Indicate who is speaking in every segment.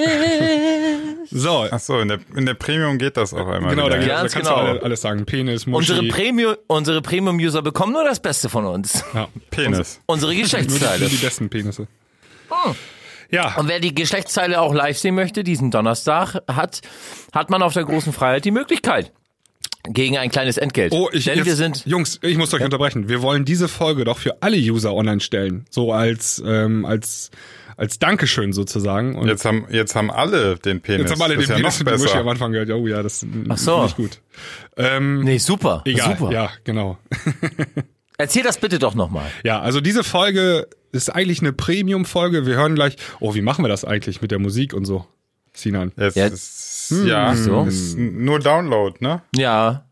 Speaker 1: Penis.
Speaker 2: So,
Speaker 3: Achso, in der, in der Premium geht das auf einmal.
Speaker 2: genau, da,
Speaker 3: wieder.
Speaker 2: geht-
Speaker 1: Ganz
Speaker 2: da kannst
Speaker 1: genau.
Speaker 2: du alle- alles sagen. Penis, Muschi,
Speaker 1: Unsere Premium- Unsere Premium-User bekommen nur das Beste von uns.
Speaker 2: ja.
Speaker 3: Penis.
Speaker 1: Unsere
Speaker 2: Nur die, nur
Speaker 1: Geschlechtsteile.
Speaker 2: die besten Penisse. Hm. Ja,
Speaker 1: Und wer die Geschlechtsteile auch live sehen möchte, diesen Donnerstag, hat, hat man auf der großen Freiheit die Möglichkeit. Gegen ein kleines Entgelt.
Speaker 2: oh, ich,
Speaker 1: Denn
Speaker 2: jetzt,
Speaker 1: wir sind
Speaker 2: Jungs, ich muss euch unterbrechen. Wir wollen diese Folge doch für alle User online stellen. So als, ähm, als, als Dankeschön sozusagen. Und
Speaker 3: Jetzt haben, jetzt haben alle den Penis.
Speaker 2: Jetzt haben alle
Speaker 3: Das
Speaker 2: den
Speaker 3: ist ja
Speaker 2: Penis
Speaker 3: noch
Speaker 2: und die Muschi am
Speaker 3: besser.
Speaker 2: Anfang gehört. Oh ja, das ist Ach
Speaker 1: so.
Speaker 2: nicht gut. Ähm,
Speaker 1: Nee, super.
Speaker 2: egal,
Speaker 1: super.
Speaker 2: ja, genau.
Speaker 1: Erzähl das bitte doch nochmal.
Speaker 2: Ja, also diese Folge ist eigentlich eine Premium-Folge. Wir hören gleich, oh, wie machen wir das eigentlich mit der Musik und so? Sinan.
Speaker 3: Jetzt
Speaker 1: Ja. Hm,
Speaker 3: Ist, ja,
Speaker 1: so.
Speaker 3: ist n- nur Download, ne?
Speaker 1: Ja.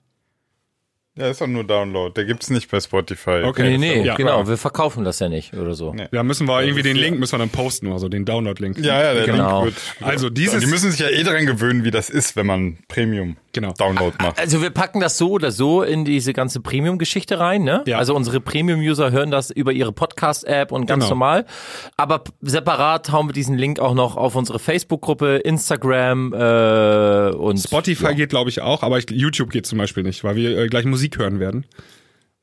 Speaker 3: Ja, ist doch nur Download. Der gibt's nicht bei Spotify.
Speaker 2: Okay.
Speaker 1: Nee, nee,
Speaker 2: Ja.
Speaker 1: genau. Wir verkaufen das ja nicht oder so.
Speaker 3: Nee.
Speaker 2: Da müssen wir irgendwie den Link müssen wir dann posten, also den Download-Link.
Speaker 3: Ja, ja, der
Speaker 1: Genau.
Speaker 3: Link wird.
Speaker 2: Also dieses-
Speaker 3: Die müssen sich ja eh dran gewöhnen, wie das ist, wenn man Premium
Speaker 2: Genau.
Speaker 3: Download macht.
Speaker 1: Also wir packen das so oder so in diese ganze Premium-Geschichte rein, ne?
Speaker 2: Ja.
Speaker 1: Also unsere Premium-User hören das über ihre Podcast-App und ganz
Speaker 2: Genau.
Speaker 1: normal. Aber p- separat hauen wir diesen Link auch noch auf unsere Facebook-Gruppe, Instagram äh, und
Speaker 2: Spotify geht, glaube ich, auch, aber ich, YouTube geht zum Beispiel nicht, weil wir äh, gleich Musik hören werden.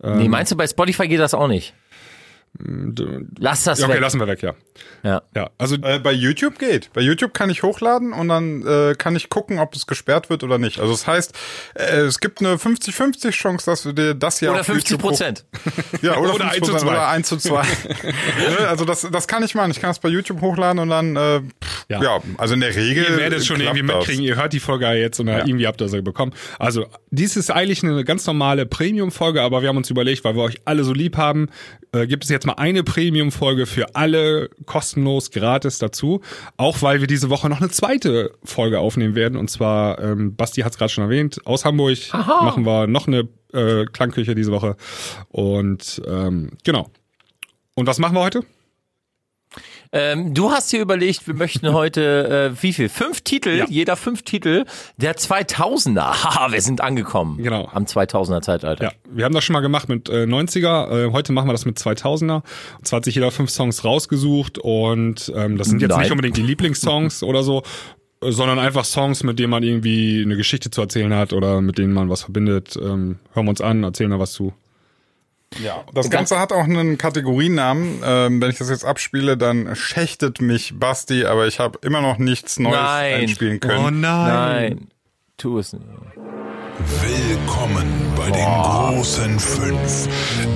Speaker 1: Nee, meinst du, bei Spotify geht das auch nicht? Lass das
Speaker 2: Ja, okay,
Speaker 1: weg.
Speaker 2: lassen wir weg, ja.
Speaker 1: ja.
Speaker 2: Ja, also
Speaker 3: Äh, bei YouTube geht. Bei YouTube kann ich hochladen und dann äh, kann ich gucken, ob es gesperrt wird oder nicht. Also das heißt, äh, es gibt eine 50-50 Chance, dass wir dir das hier
Speaker 1: Oder
Speaker 3: auf
Speaker 1: 50
Speaker 3: YouTube hoch-
Speaker 1: Prozent.
Speaker 3: Ja, oder,
Speaker 2: Oder
Speaker 3: 50
Speaker 2: 1 zu 2.
Speaker 3: Oder 1 zu 2. Ne, also das, das kann ich machen. Ich kann es bei YouTube hochladen und dann, äh, pff,
Speaker 2: Ja.
Speaker 3: ja. also in der Regel
Speaker 2: ihr werdet es schon
Speaker 3: klappt
Speaker 2: irgendwie mitkriegen, ihr hört die Folge ja jetzt und dann irgendwie habt ihr sie bekommen. Also, dies ist eigentlich eine ganz normale Premium-Folge, aber wir haben uns überlegt, weil wir euch alle so lieb haben, äh, gibt es jetzt mal eine Premium-Folge für alle kostenlos, gratis dazu. Auch weil wir diese Woche noch eine zweite Folge aufnehmen werden und zwar, ähm, Basti hat es gerade schon erwähnt, aus Hamburg machen wir noch eine äh, Klangküche diese Woche und ähm, genau. Und was machen wir heute?
Speaker 1: Ähm, du hast dir überlegt, wir möchten heute äh, wie viel? Fünf Titel,
Speaker 2: Ja.
Speaker 1: jeder fünf Titel der 2000er. Haha, wir sind angekommen.
Speaker 2: Genau.
Speaker 1: Am 2000er Zeitalter.
Speaker 2: Ja, wir haben das schon mal gemacht mit äh, 90er, äh, heute machen wir das mit 2000er. Und zwar hat sich jeder fünf Songs rausgesucht und ähm, das sind jetzt
Speaker 1: Nein.
Speaker 2: nicht unbedingt die Lieblingssongs oder so, äh, sondern einfach Songs, mit denen man irgendwie eine Geschichte zu erzählen hat oder mit denen man was verbindet. Ähm, hören wir uns an, erzählen da was zu.
Speaker 3: Ja, das Ganze hat auch einen Kategoriennamen. Ähm, wenn ich das jetzt abspiele, dann schächtet mich Basti, aber ich habe immer noch nichts Neues
Speaker 1: Nein.
Speaker 3: einspielen
Speaker 2: Oh
Speaker 3: können.
Speaker 1: Nein. Tu es nicht.
Speaker 4: Willkommen bei den großen fünf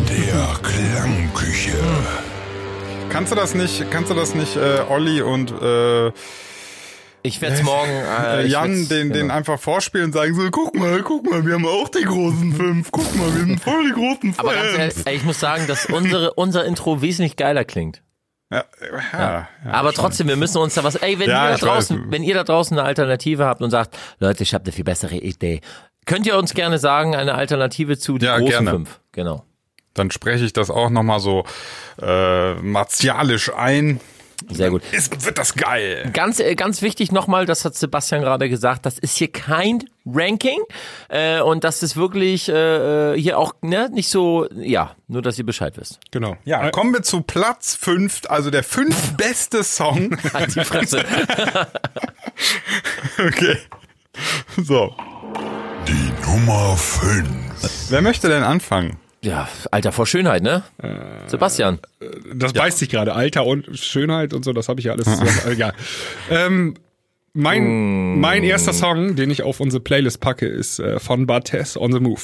Speaker 4: der Klangküche.
Speaker 3: Kannst du das nicht, kannst du das nicht äh, Olli und äh,
Speaker 1: Ich werde es morgen. Äh,
Speaker 3: äh,
Speaker 1: ich
Speaker 3: Jan
Speaker 1: werd's-
Speaker 3: den, den einfach vorspielen und sagen so, guck mal, guck mal, wir haben auch die großen fünf, guck mal, wir sind voll die großen fünf.
Speaker 1: Aber ganz ehrlich, ey, ich muss sagen, dass unsere, unser Intro wesentlich geiler klingt.
Speaker 3: ja, ja, ja.
Speaker 1: Aber trotzdem, wir müssen uns da was. Ey, wenn,
Speaker 3: Ja,
Speaker 1: ihr da
Speaker 3: ich weiß.
Speaker 1: draußen, wenn ihr da draußen eine Alternative habt und sagt, Leute, ich habe eine viel bessere Idee, könnt ihr uns gerne sagen, eine Alternative zu den
Speaker 3: Ja,
Speaker 1: großen
Speaker 3: gerne.
Speaker 1: fünf. Genau.
Speaker 3: Dann spreche ich das auch nochmal so äh, martialisch ein.
Speaker 1: Sehr gut.
Speaker 3: Ist, wird das geil.
Speaker 1: Ganz, äh, ganz wichtig nochmal, das hat Sebastian gerade gesagt, das ist hier kein Ranking äh, und das ist wirklich äh, hier auch ne, nicht so, ja, nur dass ihr Bescheid wisst.
Speaker 2: Genau.
Speaker 3: Ja,
Speaker 2: Ä-
Speaker 3: kommen wir zu Platz fünf, also der fünf beste Song.
Speaker 1: Halt die Fresse.
Speaker 3: Okay. So.
Speaker 4: Die Nummer fünf.
Speaker 3: Wer möchte denn anfangen?
Speaker 1: ja, Alter vor Schönheit, ne?
Speaker 3: Äh,
Speaker 1: Sebastian.
Speaker 2: Das beißt sich gerade. Alter und Schönheit und so, das habe ich ja alles. zusammen. Egal. Ähm,
Speaker 1: Mm.
Speaker 2: mein, mein erster Song, den ich auf unsere Playlist packe, ist äh, von Bartes On The Move.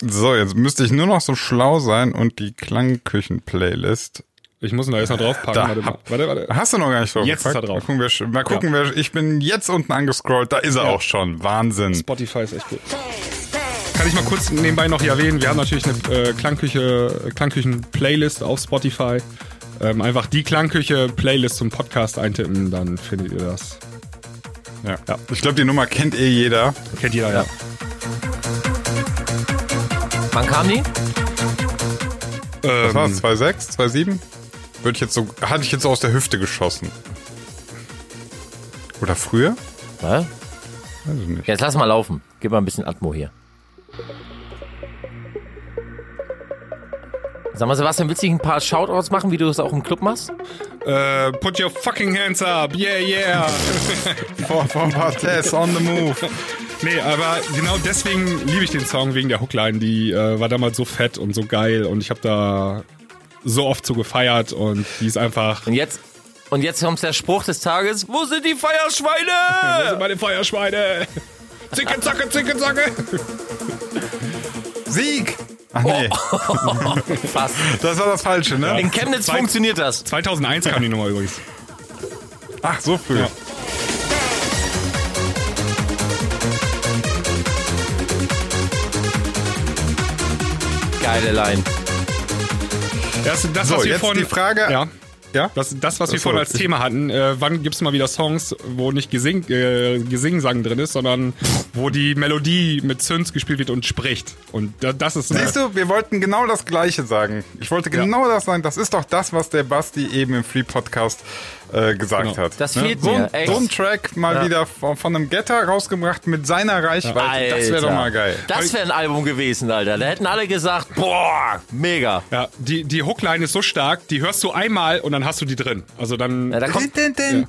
Speaker 3: So, jetzt müsste ich nur noch so schlau sein und die Klangküchen-Playlist.
Speaker 2: Ich muss ihn da jetzt noch draufpacken.
Speaker 3: Da
Speaker 2: warte, mal.
Speaker 3: hab-
Speaker 2: warte, warte.
Speaker 3: Hast du noch gar nicht drauf
Speaker 2: Jetzt ist
Speaker 3: gepackt?
Speaker 2: er drauf.
Speaker 3: Mal gucken, wer, mal gucken wer, ich bin jetzt unten angescrollt, da ist er auch schon. Wahnsinn.
Speaker 2: Spotify ist echt gut. Kann ich mal kurz nebenbei noch hier erwähnen, wir haben natürlich eine äh, Klangküche, Klangküchen-Playlist auf Spotify. Ähm, einfach die Klangküche-Playlist zum Podcast eintippen, dann findet ihr das.
Speaker 3: Ja. Ich glaube, die Nummer kennt eh jeder.
Speaker 2: Kennt jeder, ja.
Speaker 1: Wann kam die?
Speaker 3: Was war's? 2,6? 2,7? Würde ich jetzt so, hatte ich jetzt so aus der Hüfte geschossen. Oder früher?
Speaker 1: Hä?
Speaker 3: Weiß ich nicht.
Speaker 1: Jetzt lass mal laufen. Gib mal ein bisschen Atmo hier. Sag mal, Sebastian, willst du nicht ein paar Shoutouts machen, wie du das auch im Club machst?
Speaker 2: Äh, put your fucking hands up, yeah, yeah.
Speaker 3: Vor, vor Bartes on the move.
Speaker 2: Nee, aber genau deswegen liebe ich den Song, wegen der Hookline. Die äh, war damals so fett und so geil und ich habe da so oft zu gefeiert und die ist einfach.
Speaker 1: Und jetzt, und jetzt kommt der Spruch des Tages. Wo sind die Feierschweine?
Speaker 2: Also meine Feuerschweine! Zicke, zacke, zicke, zacke!
Speaker 3: Sieg! Ach nee,
Speaker 1: Fast.
Speaker 3: das war das Falsche, ne?
Speaker 1: In Chemnitz
Speaker 2: Zwei-
Speaker 1: funktioniert das.
Speaker 2: 2001 kam die Nummer übrigens.
Speaker 3: Ach, so früh.
Speaker 2: Ja.
Speaker 1: Geile Line.
Speaker 2: Das, das,
Speaker 3: So,
Speaker 2: was wir
Speaker 3: jetzt
Speaker 2: vorhin-
Speaker 3: die Frage-
Speaker 2: Ja.
Speaker 3: Ja?
Speaker 2: Das, das was wir
Speaker 3: Ach so.
Speaker 2: vorhin als Thema hatten, äh, wann gibt's mal wieder Songs, wo nicht Gesing, äh, Gesingsang drin ist, sondern wo die Melodie mit Synths gespielt wird und spricht. Und da, das ist...
Speaker 3: Siehst du, wir wollten genau das Gleiche sagen. Ich wollte genau das sagen. Das ist doch das, was der Basti eben im Free Podcast äh, gesagt
Speaker 2: Genau.
Speaker 3: hat.
Speaker 1: Das fehlt
Speaker 3: so,
Speaker 1: mir,
Speaker 3: ein-
Speaker 1: echt.
Speaker 3: So ein Track mal
Speaker 1: Ja.
Speaker 3: wieder von, von einem Getter rausgebracht mit seiner Reichweite.
Speaker 1: Alter.
Speaker 3: Das wäre doch mal geil.
Speaker 1: Das wäre ein Album gewesen, Alter. Da hätten alle gesagt, boah, mega.
Speaker 2: Ja, die, die Hookline ist so stark, die hörst du einmal und dann hast du die drin. Also dann...
Speaker 1: Ja, da kommt, kennt, ihr,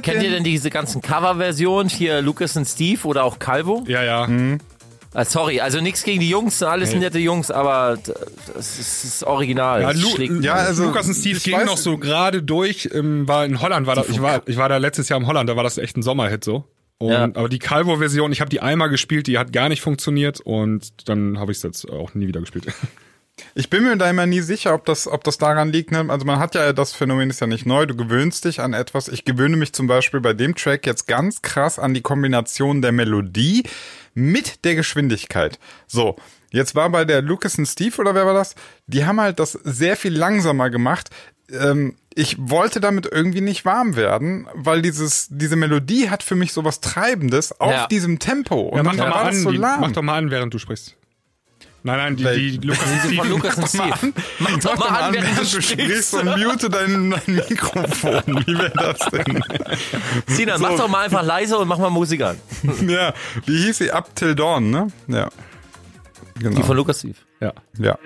Speaker 1: kennt ihr denn diese ganzen Coverversionen hier Lucas und Steve oder auch Calvo?
Speaker 2: ja, ja.
Speaker 1: Ah, sorry, also nichts gegen die Jungs, alles
Speaker 2: Nee.
Speaker 1: nette Jungs, aber d- das ist das Original.
Speaker 2: Ja,
Speaker 1: das
Speaker 2: Lu
Speaker 1: schlägt
Speaker 2: ja,
Speaker 3: Ja,
Speaker 2: also,
Speaker 3: also,
Speaker 2: Lukas und Steve
Speaker 3: ich
Speaker 2: gingen
Speaker 3: weiß-
Speaker 2: noch so gerade durch. Ähm, war in Holland war das, ich war ich war da letztes Jahr in Holland, da war das echt ein Sommerhit so. Und,
Speaker 1: Ja.
Speaker 2: Aber die Calvo-Version, ich habe die einmal gespielt, die hat gar nicht funktioniert und dann habe ich es jetzt auch nie wieder gespielt.
Speaker 3: Ich bin mir da immer nie sicher, ob das, ob das daran liegt. Ne? Also man hat ja das Phänomen ist ja nicht neu. Du gewöhnst dich an etwas. Ich gewöhne mich zum Beispiel bei dem Track jetzt ganz krass an die Kombination der Melodie mit der Geschwindigkeit. So. Jetzt war bei der Lucas und Steve oder wer war das? Die haben halt das sehr viel langsamer gemacht. Ähm, ich wollte damit irgendwie nicht warm werden, weil dieses, diese Melodie hat für mich sowas Treibendes auf
Speaker 1: Ja.
Speaker 3: diesem Tempo. Und
Speaker 2: Ja, mach
Speaker 3: dann
Speaker 2: doch mal
Speaker 3: war das
Speaker 2: an,
Speaker 3: so
Speaker 2: die,
Speaker 3: lahm.
Speaker 2: mach doch mal an, während du sprichst. Nein, nein, die, die Lukas und
Speaker 1: von
Speaker 2: Steve.
Speaker 1: Lucas und Steve. Mach doch mal an, während du
Speaker 3: sprichst
Speaker 1: sprichst.
Speaker 3: und mute dein, dein Mikrofon. Wie wäre das denn?
Speaker 1: Sinan, mach doch mal einfach leise und mach mal Musik an.
Speaker 3: ja, wie hieß sie? Up Till Dawn, ne? Ja. Genau.
Speaker 1: Die von Lucas Steve.
Speaker 2: Ja.
Speaker 3: ja.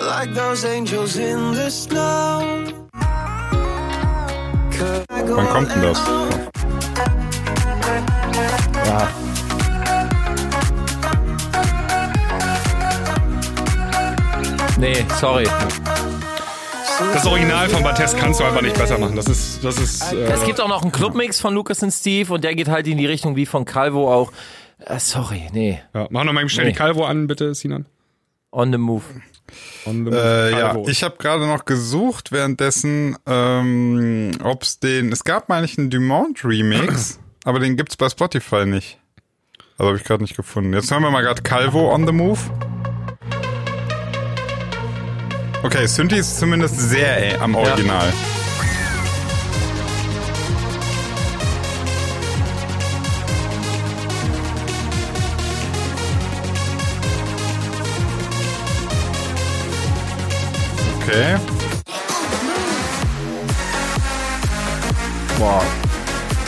Speaker 5: like those angels in the snow.
Speaker 3: Wann kommt denn das?
Speaker 1: Nee, sorry.
Speaker 2: Das Original von Bates kannst du einfach nicht besser machen. Das ist, das ist. Äh,
Speaker 1: Es gibt auch noch einen Clubmix von Lucas und Steve und der geht halt in die Richtung wie von Calvo auch. Äh, sorry, nee.
Speaker 2: ja. Mach nochmal schnell
Speaker 1: Nee.
Speaker 2: die Calvo an, bitte, Sinan.
Speaker 1: On the move.
Speaker 2: On the
Speaker 3: Äh, ja,
Speaker 2: Calvo.
Speaker 3: ich habe gerade noch gesucht währenddessen, ähm, ob es den. Es gab mal eigentlich einen Dumont Remix, aber den gibt's bei Spotify nicht. Also habe ich gerade nicht gefunden. Jetzt hören wir mal gerade Calvo on the Move. Okay, Synthi ist zumindest sehr äh, am Original. Okay. Boah.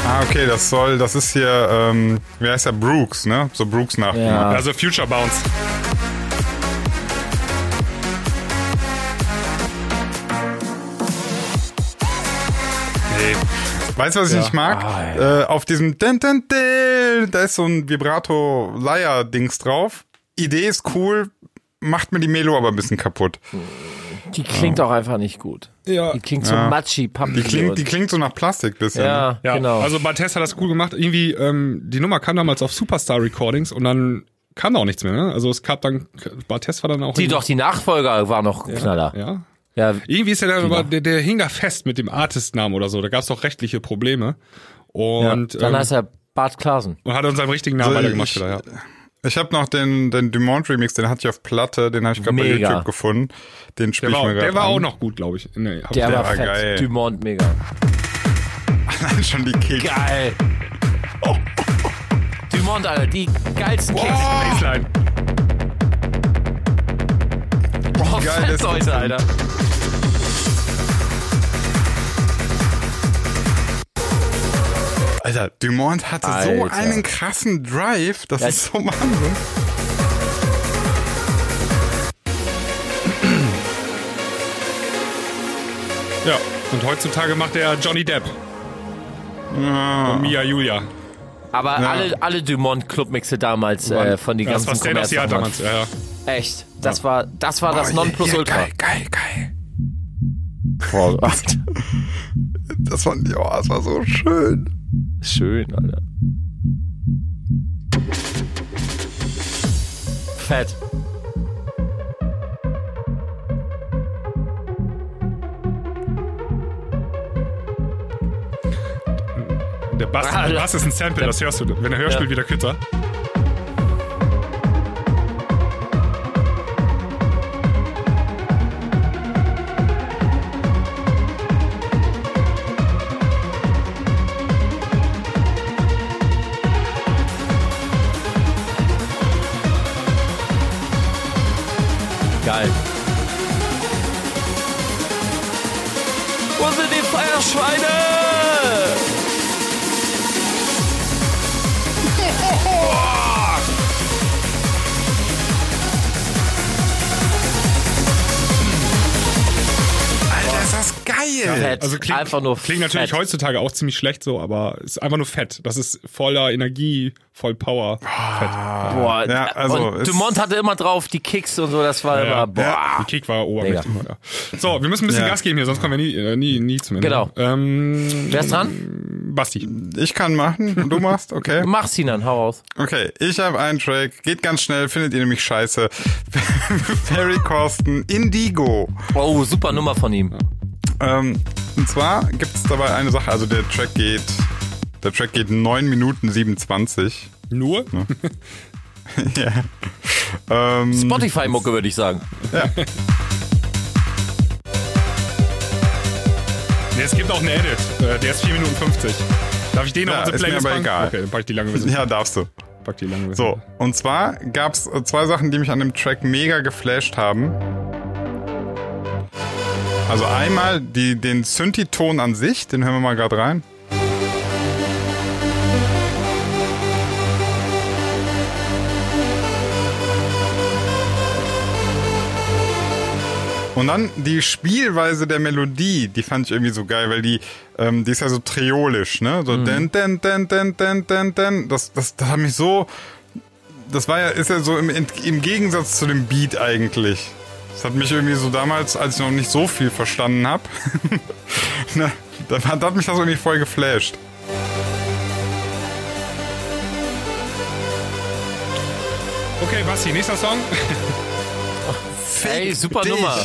Speaker 3: Ah, okay, das soll, das ist hier, ähm, wie heißt der? Brooks, ne? So Brooks nach.
Speaker 1: Ja.
Speaker 2: Also Future Bounce.
Speaker 3: Weißt du, was ich nicht mag?
Speaker 2: Ah,
Speaker 3: äh, auf diesem Din -din -din, da ist so ein Vibrato-Leier-Dings drauf. Idee ist cool, macht mir die Melo aber ein bisschen kaputt.
Speaker 1: Die klingt auch einfach nicht gut.
Speaker 2: Ja.
Speaker 1: Die klingt so matschig,
Speaker 3: Die
Speaker 1: pappig.
Speaker 3: klingt,
Speaker 1: und-
Speaker 3: die klingt so nach Plastik bisschen.
Speaker 1: ja,
Speaker 2: Hm. Ja,
Speaker 1: genau.
Speaker 2: also Bartes hat das cool gemacht. Irgendwie, ähm, die Nummer kam damals auf Superstar Recordings und dann kam da auch nichts mehr. Ne? Also es gab dann, Bartes war dann auch...
Speaker 1: die doch, die Nachfolger war noch ein Knaller.
Speaker 2: Ja.
Speaker 1: Ja,
Speaker 2: Irgendwie ist er dann aber, der, der hing da fest mit dem Artistnamen oder so. Da gab es doch rechtliche Probleme. Und,
Speaker 1: dann
Speaker 2: ähm,
Speaker 1: heißt er Bart Klaasen.
Speaker 2: und hat er unseren richtigen Namen
Speaker 3: So,
Speaker 2: weitergemacht.
Speaker 3: ich-
Speaker 2: wieder, ja.
Speaker 3: Ich habe noch den, den Dumont Remix, den hatte ich auf Platte, den habe ich gerade bei
Speaker 1: Mega.
Speaker 3: YouTube gefunden. Den spiele
Speaker 2: Der war,
Speaker 3: ich mir
Speaker 2: auch-
Speaker 3: gerade
Speaker 2: der war
Speaker 3: an.
Speaker 2: auch noch gut, glaube ich. Nee, hab
Speaker 1: Der,
Speaker 2: ich-
Speaker 1: war,
Speaker 3: war
Speaker 1: fett.
Speaker 3: geil.
Speaker 1: Dumont mega.
Speaker 3: Nein, schon die Kick.
Speaker 1: Geil. Dumont, Alter, die geilsten Kicks.
Speaker 2: Baseline.
Speaker 1: Boah,
Speaker 3: geil
Speaker 1: fett,
Speaker 3: ist das
Speaker 1: Leute,
Speaker 3: denn?
Speaker 1: Alter.
Speaker 3: Alter, Dumont hatte so
Speaker 1: Alter.
Speaker 3: einen krassen Drive, das
Speaker 1: Ja,
Speaker 3: ist so Wahnsinn.
Speaker 2: Ja, und heutzutage macht er Johnny Depp. Und Mia Julia.
Speaker 1: Aber alle, alle Dumont Clubmixe damals äh, von den
Speaker 2: Ja, das
Speaker 1: ganzen
Speaker 2: war State of the Art
Speaker 1: Commerz-
Speaker 2: damals. Ja, ja.
Speaker 1: Echt, das war das war das Nonplusultra.
Speaker 3: Oh, Geil, geil, geil. Das war, oh, das war so schön.
Speaker 1: Schön, Alter. Fett.
Speaker 2: Der Bass,
Speaker 1: Ah,
Speaker 2: der
Speaker 1: ja.
Speaker 2: Bass ist ein Sample, das hörst du, wenn der Hörspiel
Speaker 1: Ja.
Speaker 2: wieder kürzer.
Speaker 1: Geil. Wo sind die Feierschweine?
Speaker 3: Alter, ist das geil.
Speaker 1: Fett.
Speaker 2: Also klingt,
Speaker 1: Einfach nur
Speaker 2: klingt natürlich
Speaker 1: fett.
Speaker 2: heutzutage auch ziemlich schlecht so, aber ist einfach nur fett. Das ist voller Energie, voll Power.
Speaker 1: Boah.
Speaker 3: Ja, also
Speaker 1: und
Speaker 3: es-
Speaker 1: Dumont hatte immer drauf die Kicks und so, das war immer boah.
Speaker 2: Die Kick war obermächtig.
Speaker 1: Mega.
Speaker 2: immer, Ja. So, wir müssen ein bisschen
Speaker 3: Ja.
Speaker 2: Gas geben hier, sonst kommen wir nie, äh, nie, nie zum Ende.
Speaker 1: Genau.
Speaker 2: Ähm,
Speaker 1: Wer ist dran?
Speaker 2: Basti.
Speaker 3: Ich kann machen und du machst, okay?
Speaker 1: Mach sie dann, hau raus.
Speaker 3: Okay, ich habe einen Track. Geht ganz schnell, findet ihr nämlich scheiße. Perry Corsten, Indigo.
Speaker 1: Oh, super Nummer von ihm.
Speaker 3: Ähm, und zwar gibt es dabei eine Sache, also der Track geht, der Track geht 9 Minuten 27.
Speaker 2: Nur?
Speaker 3: Ja. Ähm,
Speaker 1: Spotify-Mucke, würde ich sagen.
Speaker 2: Nee, es gibt auch einen Edit. Äh, der ist 4 Minuten 50. Darf ich den
Speaker 3: Ja,
Speaker 2: auf unsere
Speaker 3: ist mir
Speaker 2: Playlist
Speaker 3: aber
Speaker 2: packen?
Speaker 3: egal.
Speaker 2: Okay, dann pack ich die lange Version.
Speaker 3: ja, darfst du.
Speaker 2: Pack die lange Version.
Speaker 3: So, und zwar gab es zwei Sachen, die mich an dem Track mega geflasht haben. Also einmal die, den Synthi-Ton an sich, den hören wir mal gerade rein. Und dann die Spielweise der Melodie, die fand ich irgendwie so geil, weil die, ähm, die ist ja so triolisch, ne? So den, den, den, den, den, den, den. Das, das, das hat mich so. Das war ja, ist ja so im, Ent- im Gegensatz zu dem Beat eigentlich. Das hat mich irgendwie so damals, als ich noch nicht so viel verstanden habe, ne, da hat da hat mich das irgendwie voll geflasht.
Speaker 2: Okay, Basti, nächster Song.
Speaker 1: Ey, super
Speaker 3: dich.
Speaker 1: Nummer.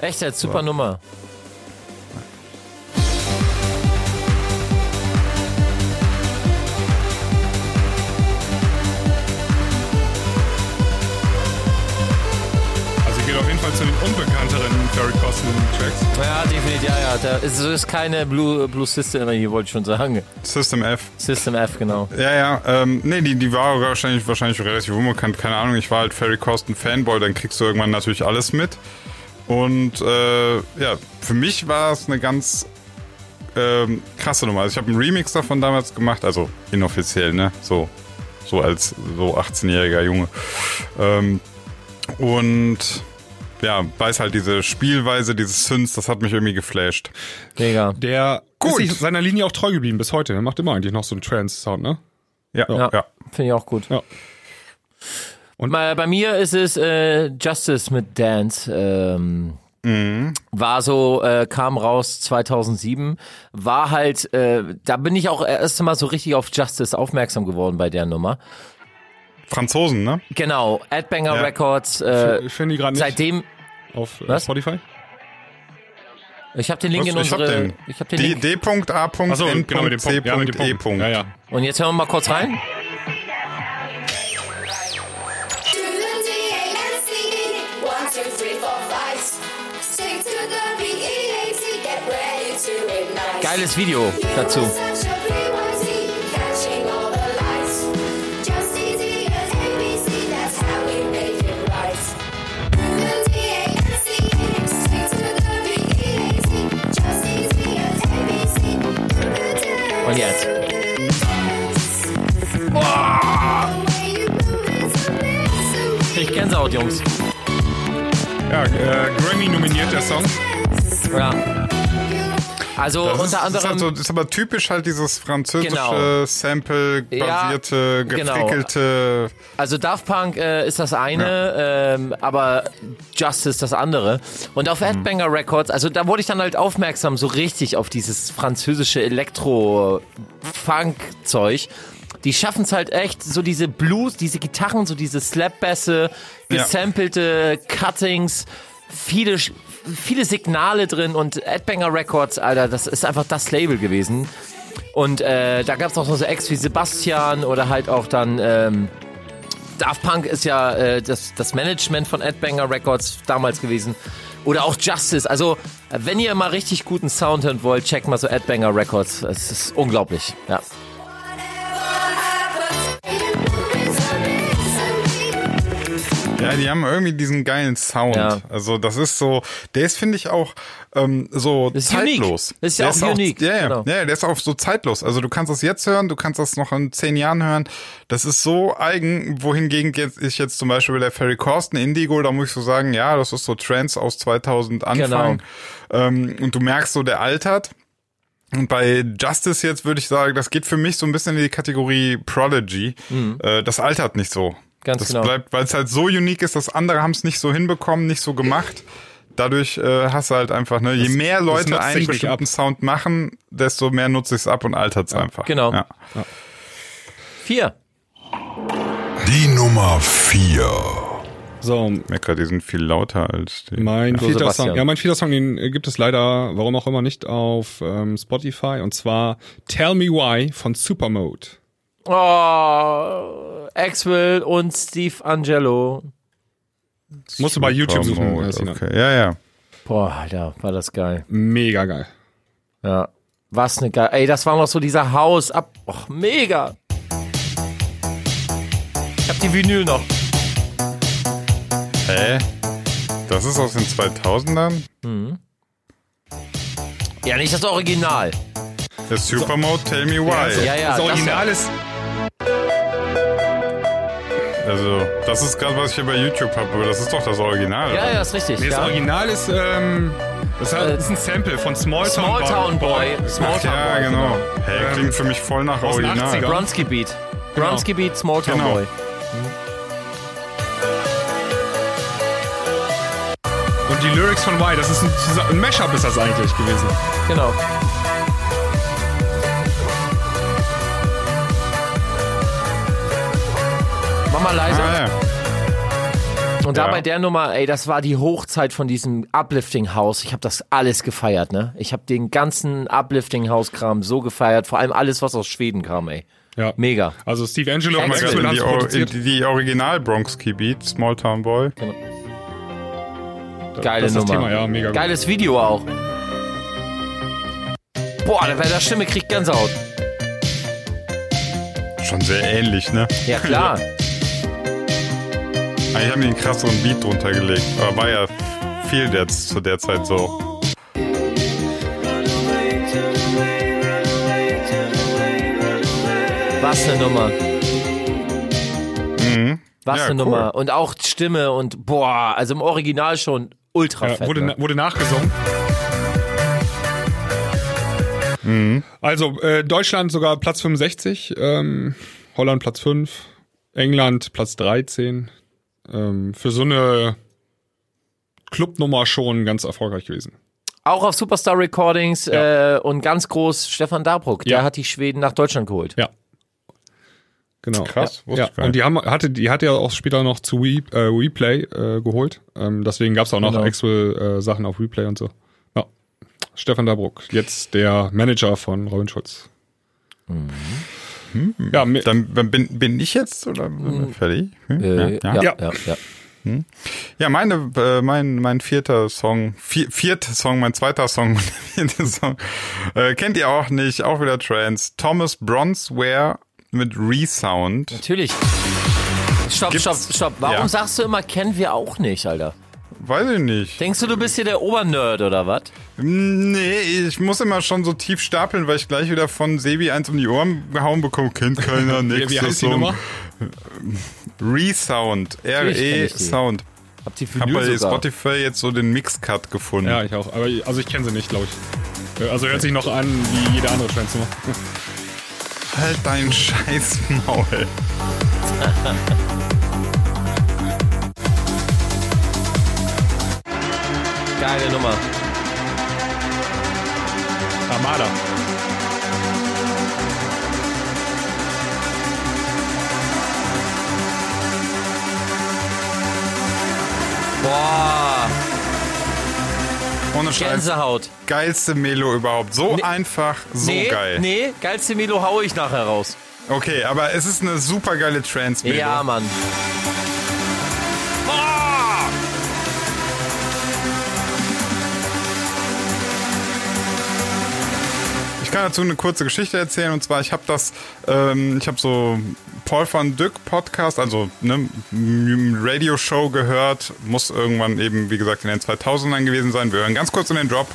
Speaker 1: Echt jetzt, super Nummer.
Speaker 2: Also geht auf jeden Fall zu den unbekannteren Ferry Costin Tracks.
Speaker 1: Ja, definitiv, ja, ja. Da ist, es ist keine Blue, Blue System Energy, wollte ich schon sagen.
Speaker 3: System F.
Speaker 1: System F, genau.
Speaker 3: Ja, ja, ähm, nee, die, die war wahrscheinlich, wahrscheinlich relativ unbekannt. Keine Ahnung, ich war halt Ferry Corsten Fanboy, dann kriegst du irgendwann natürlich alles mit. Und äh, ja, für mich war es eine ganz ähm, krasse Nummer. Also ich habe einen Remix davon damals gemacht, also inoffiziell, ne? So, so als so 18-jähriger Junge. Ähm, und ja, weiß halt diese Spielweise, dieses Synths, das hat mich irgendwie geflasht.
Speaker 1: Mega.
Speaker 2: Der
Speaker 3: Gut.
Speaker 2: ist sich seiner Linie auch treu geblieben bis heute. Er macht immer eigentlich noch so einen Trance-Sound, ne?
Speaker 3: Ja, ja. ja.
Speaker 1: Finde ich auch gut.
Speaker 2: Ja.
Speaker 1: Und bei, bei mir ist es äh, Justice mit Dance. Ähm,
Speaker 3: Mhm.
Speaker 1: War so, äh, kam raus 2007. War halt, äh, da bin ich auch erst mal so richtig auf Justice aufmerksam geworden bei der Nummer.
Speaker 3: Franzosen, ne?
Speaker 1: Genau, Adbanger
Speaker 3: Ja.
Speaker 1: Records. Äh,
Speaker 2: Ich finde die gerade nicht
Speaker 1: seitdem,
Speaker 2: auf äh,
Speaker 1: Was?
Speaker 2: Spotify.
Speaker 1: ich habe den Link
Speaker 3: Was?
Speaker 1: in
Speaker 3: Ich hab
Speaker 1: unsere.
Speaker 3: den.
Speaker 1: Ich habe den
Speaker 3: D-
Speaker 1: Link.
Speaker 3: D.A.N.C.E.P.
Speaker 2: Ach so, genau, mit dem Punkt. Ja, mit dem
Speaker 3: E
Speaker 2: Punkt. Ja, ja.
Speaker 1: Und jetzt hören wir mal kurz rein.
Speaker 6: One, two, three, four, five. Sing to the B-E-A-T, get ready to ignite.
Speaker 1: Geiles Video
Speaker 6: You are
Speaker 1: dazu.
Speaker 6: such a B-Y-T, catching all the lights. Just easy as ABC, that's how we make it right. Through the D-A-N-C-E, sing to the B-E-A-T, just easy as ABC, do the dance.
Speaker 1: Und jetzt.
Speaker 6: Oh!
Speaker 1: Ich kenn's auch, Jungs.
Speaker 2: Ja, äh, Grammy nominiert der Song.
Speaker 6: Dance.
Speaker 1: Ja. Also
Speaker 3: Das
Speaker 1: unter
Speaker 3: ist, das ist,
Speaker 1: anderem.
Speaker 3: halt so, das ist aber typisch halt dieses französische
Speaker 1: Genau.
Speaker 3: Sample-basierte,
Speaker 1: Ja, genau.
Speaker 3: gefrickelte.
Speaker 1: Also Daft Punk äh, ist das eine, ähm, aber Justice das andere. Und auf Headbanger Records, also da wurde ich dann halt aufmerksam, so richtig auf dieses französische Elektro-Funk-Zeug. Die schaffen es halt echt, so diese Blues, diese Gitarren, so diese Slap-Bässe,
Speaker 3: Ja.
Speaker 1: gesampelte Cuttings, viele, Sch- viele Signale drin und Headbanger Records, Alter, das ist einfach das Label gewesen. Und äh, da gab es auch noch so Acts wie Sebastian oder halt auch dann ähm, Daft Punk ist ja äh, das, das Management von Adbanger Records damals gewesen. Oder auch Justice. Also, äh, wenn ihr mal richtig guten Sound hören wollt, checkt mal so Adbanger Records. Es ist unglaublich. Ja.
Speaker 3: Ja, die haben irgendwie diesen geilen Sound.
Speaker 1: Ja.
Speaker 3: Also das ist so, der ist finde ich auch ähm, so
Speaker 1: Ist unique.
Speaker 3: zeitlos.
Speaker 1: Ist ja
Speaker 3: Der
Speaker 1: auch unique,
Speaker 3: Ja, ja,
Speaker 1: genau.
Speaker 3: ja, der ist auch so zeitlos. Also du kannst das jetzt hören, du kannst das noch in zehn Jahren hören. Das ist so eigen, wohingegen jetzt ich jetzt zum Beispiel der Ferry Corsten Indigo, da muss ich so sagen, ja, das ist so Trance aus 2000 Anfang.
Speaker 1: Genau.
Speaker 3: Ähm, und du merkst so, der altert. Und bei Justice jetzt würde ich sagen, das geht für mich so ein bisschen in die Kategorie Prodigy. Äh, das altert nicht so.
Speaker 1: Ganz
Speaker 3: das
Speaker 1: genau.
Speaker 3: bleibt, weil es halt so unique ist, dass andere haben es nicht so hinbekommen, nicht so gemacht. Dadurch äh, hast du halt einfach, ne, je mehr Leute
Speaker 2: nutzt sich
Speaker 3: einen
Speaker 2: nicht
Speaker 3: bestimmten
Speaker 2: ab.
Speaker 3: Sound machen, desto mehr nutzt sich's ab und altert's einfach.
Speaker 1: Genau.
Speaker 3: Ja.
Speaker 1: Vier.
Speaker 4: Die Nummer 4.
Speaker 2: So,
Speaker 3: Mecker, die sind viel lauter als die.
Speaker 2: mein
Speaker 1: So,
Speaker 2: vierter
Speaker 1: Sebastian.
Speaker 2: Song. Ja, mein vierter Song, den äh, gibt es leider, warum auch immer, nicht auf ähm, Spotify. Und zwar Tell Me Why von Supermode.
Speaker 1: Oh, Axwell und Steve Angelo.
Speaker 2: Musst du bei YouTube suchen.
Speaker 3: Supermode,
Speaker 2: Sinan.
Speaker 3: Okay. Ja, ja.
Speaker 1: Boah, Alter, war das geil.
Speaker 2: Mega geil.
Speaker 1: Ja. Was ne geil. Ey, das war noch so dieser Haus ab. Och, mega. Ich hab die Vinyl noch.
Speaker 3: Hä? Das ist aus den 2000ern?
Speaker 1: Ja, nicht das Original.
Speaker 3: Das Supermode, tell me why.
Speaker 1: Ja, ja.
Speaker 2: das
Speaker 1: ja.
Speaker 2: Original ist
Speaker 3: Also, das ist gerade, was ich hier bei YouTube habe, aber das ist doch das Original.
Speaker 1: Ja,
Speaker 3: oder?
Speaker 1: ja, ist richtig.
Speaker 2: Nee, das
Speaker 1: ja. Äh,
Speaker 2: Original ist, ähm, das hat- ist ein Sample von Small Town,
Speaker 1: Small Town Boy. Small
Speaker 3: Ach,
Speaker 1: Town
Speaker 3: ja,
Speaker 1: Boy.
Speaker 3: genau. Hä, klingt für mich voll nach
Speaker 2: aus den
Speaker 3: Original.
Speaker 2: 80ern.
Speaker 1: Bronski Beat. Bronski Beat, Small Town
Speaker 3: Genau.
Speaker 1: Boy. genau.
Speaker 2: Und die Lyrics von Why, das ist ein, dieser- ein Mashup ist das eigentlich gewesen.
Speaker 1: Genau. Mach mal leiser.
Speaker 3: Ah, ja.
Speaker 1: Und da
Speaker 3: Ja.
Speaker 1: bei der Nummer, ey, das war die Hochzeit von diesem Uplifting House. Ich habe das alles gefeiert, ne? Ich habe den ganzen Uplifting House Kram so gefeiert, vor allem alles, was aus Schweden kam, ey.
Speaker 2: Ja.
Speaker 1: Mega.
Speaker 2: Also Steve Angelo und
Speaker 1: Axel
Speaker 3: Also
Speaker 2: Maxwell
Speaker 3: in
Speaker 2: haben
Speaker 3: die,
Speaker 2: es
Speaker 3: Or- in
Speaker 2: produziert.
Speaker 3: die, die Original Bronx Key Beat, Small Town Boy.
Speaker 1: Geile
Speaker 2: das ist
Speaker 1: Nummer.
Speaker 2: das Thema, ja, mega gut.
Speaker 1: Geiles Video auch. Boah, bei der Stimme kriegt Gänsehaut.
Speaker 3: Schon sehr ähnlich, ne?
Speaker 1: Ja, klar.
Speaker 3: Ah, Ich habe mir einen krasseren Beat drunter gelegt. Aber war ja viel der, zu der Zeit so.
Speaker 1: Was eine Nummer. Was
Speaker 3: Ja,
Speaker 1: eine
Speaker 3: cool.
Speaker 1: Nummer. Und auch Stimme und boah, also im Original schon ultra
Speaker 2: Ja,
Speaker 1: fett.
Speaker 2: wurde,
Speaker 1: ne?
Speaker 2: na- wurde nachgesungen. Also äh, Deutschland sogar Platz 65, ähm, Holland Platz 5, England Platz 13. Ähm, für so eine Clubnummer schon ganz erfolgreich gewesen.
Speaker 1: Auch auf Superstar Recordings äh, und ganz groß Stefan Dabruck, der
Speaker 2: Ja.
Speaker 1: hat die Schweden nach Deutschland geholt.
Speaker 2: Ja. Genau.
Speaker 3: Krass,
Speaker 2: ja.
Speaker 3: wusste
Speaker 2: ja.
Speaker 3: ich gar nicht.
Speaker 2: Und die haben, hatte, die hat ja auch später noch zu We, äh, Replay äh, geholt. Ähm, deswegen gab es auch noch
Speaker 1: Genau.
Speaker 2: Actual äh, Sachen auf Replay und so. Ja. Stefan Dabruck, jetzt der Manager von Robin Schulz. Ja, mi-
Speaker 3: Mhm. Dann dann bin, bin ich jetzt oder bin ich fertig? Hm?
Speaker 1: Äh, ja, ja,
Speaker 2: Ja.
Speaker 1: ja.
Speaker 3: Ja, meine, äh, mein, mein vierter Song, vier, vierter Song, mein zweiter Song, mein vierter Song, äh, kennt ihr auch nicht, auch wieder Trance. Thomas Bronsware mit Resound.
Speaker 1: Natürlich. Stopp,
Speaker 3: Gibt's-
Speaker 1: stopp, stopp. Warum
Speaker 3: Ja.
Speaker 1: sagst du immer, kennen wir auch nicht, Alter?
Speaker 3: Weiß ich nicht.
Speaker 1: Denkst du, du bist hier der Obernerd oder was?
Speaker 3: Nee, ich muss immer schon so tief stapeln, weil ich gleich wieder von Sebi eins um die Ohren gehauen bekomme. Kennt keiner,
Speaker 2: wie,
Speaker 3: nix.
Speaker 2: wie
Speaker 3: das
Speaker 2: heißt die
Speaker 3: so.
Speaker 2: Nummer?
Speaker 3: Resound.
Speaker 1: kenn ich die.
Speaker 3: R-E-Sound.
Speaker 1: Hab die
Speaker 3: Ich habe bei
Speaker 1: Vinyl sogar.
Speaker 3: Spotify jetzt so den Mixcut gefunden.
Speaker 2: Ja, ich auch. Aber ich- also ich kenne sie nicht, glaube ich. Äh, Also hört sich noch an wie jede andere Schwänzimmer.
Speaker 3: Halt dein scheiß Maul.
Speaker 1: Geile Nummer.
Speaker 2: Armada.
Speaker 1: Boah,
Speaker 3: Ohne Scheiß.
Speaker 1: Gänsehaut.
Speaker 3: Geilste Melo überhaupt. So
Speaker 1: Nee.
Speaker 3: einfach, so
Speaker 1: nee,
Speaker 3: geil.
Speaker 1: nee, geilste Melo hau ich nachher raus.
Speaker 3: Okay, aber es ist eine super geile Trance-Melo.
Speaker 1: Ja, Mann.
Speaker 3: Ah! Ich kann dazu eine kurze Geschichte erzählen und zwar ich habe das, ähm, ich habe so Paul van Dyck Podcast, also ne M- Radio Show gehört, muss irgendwann eben wie gesagt in den 2000ern gewesen sein. Wir hören ganz kurz in den Drop.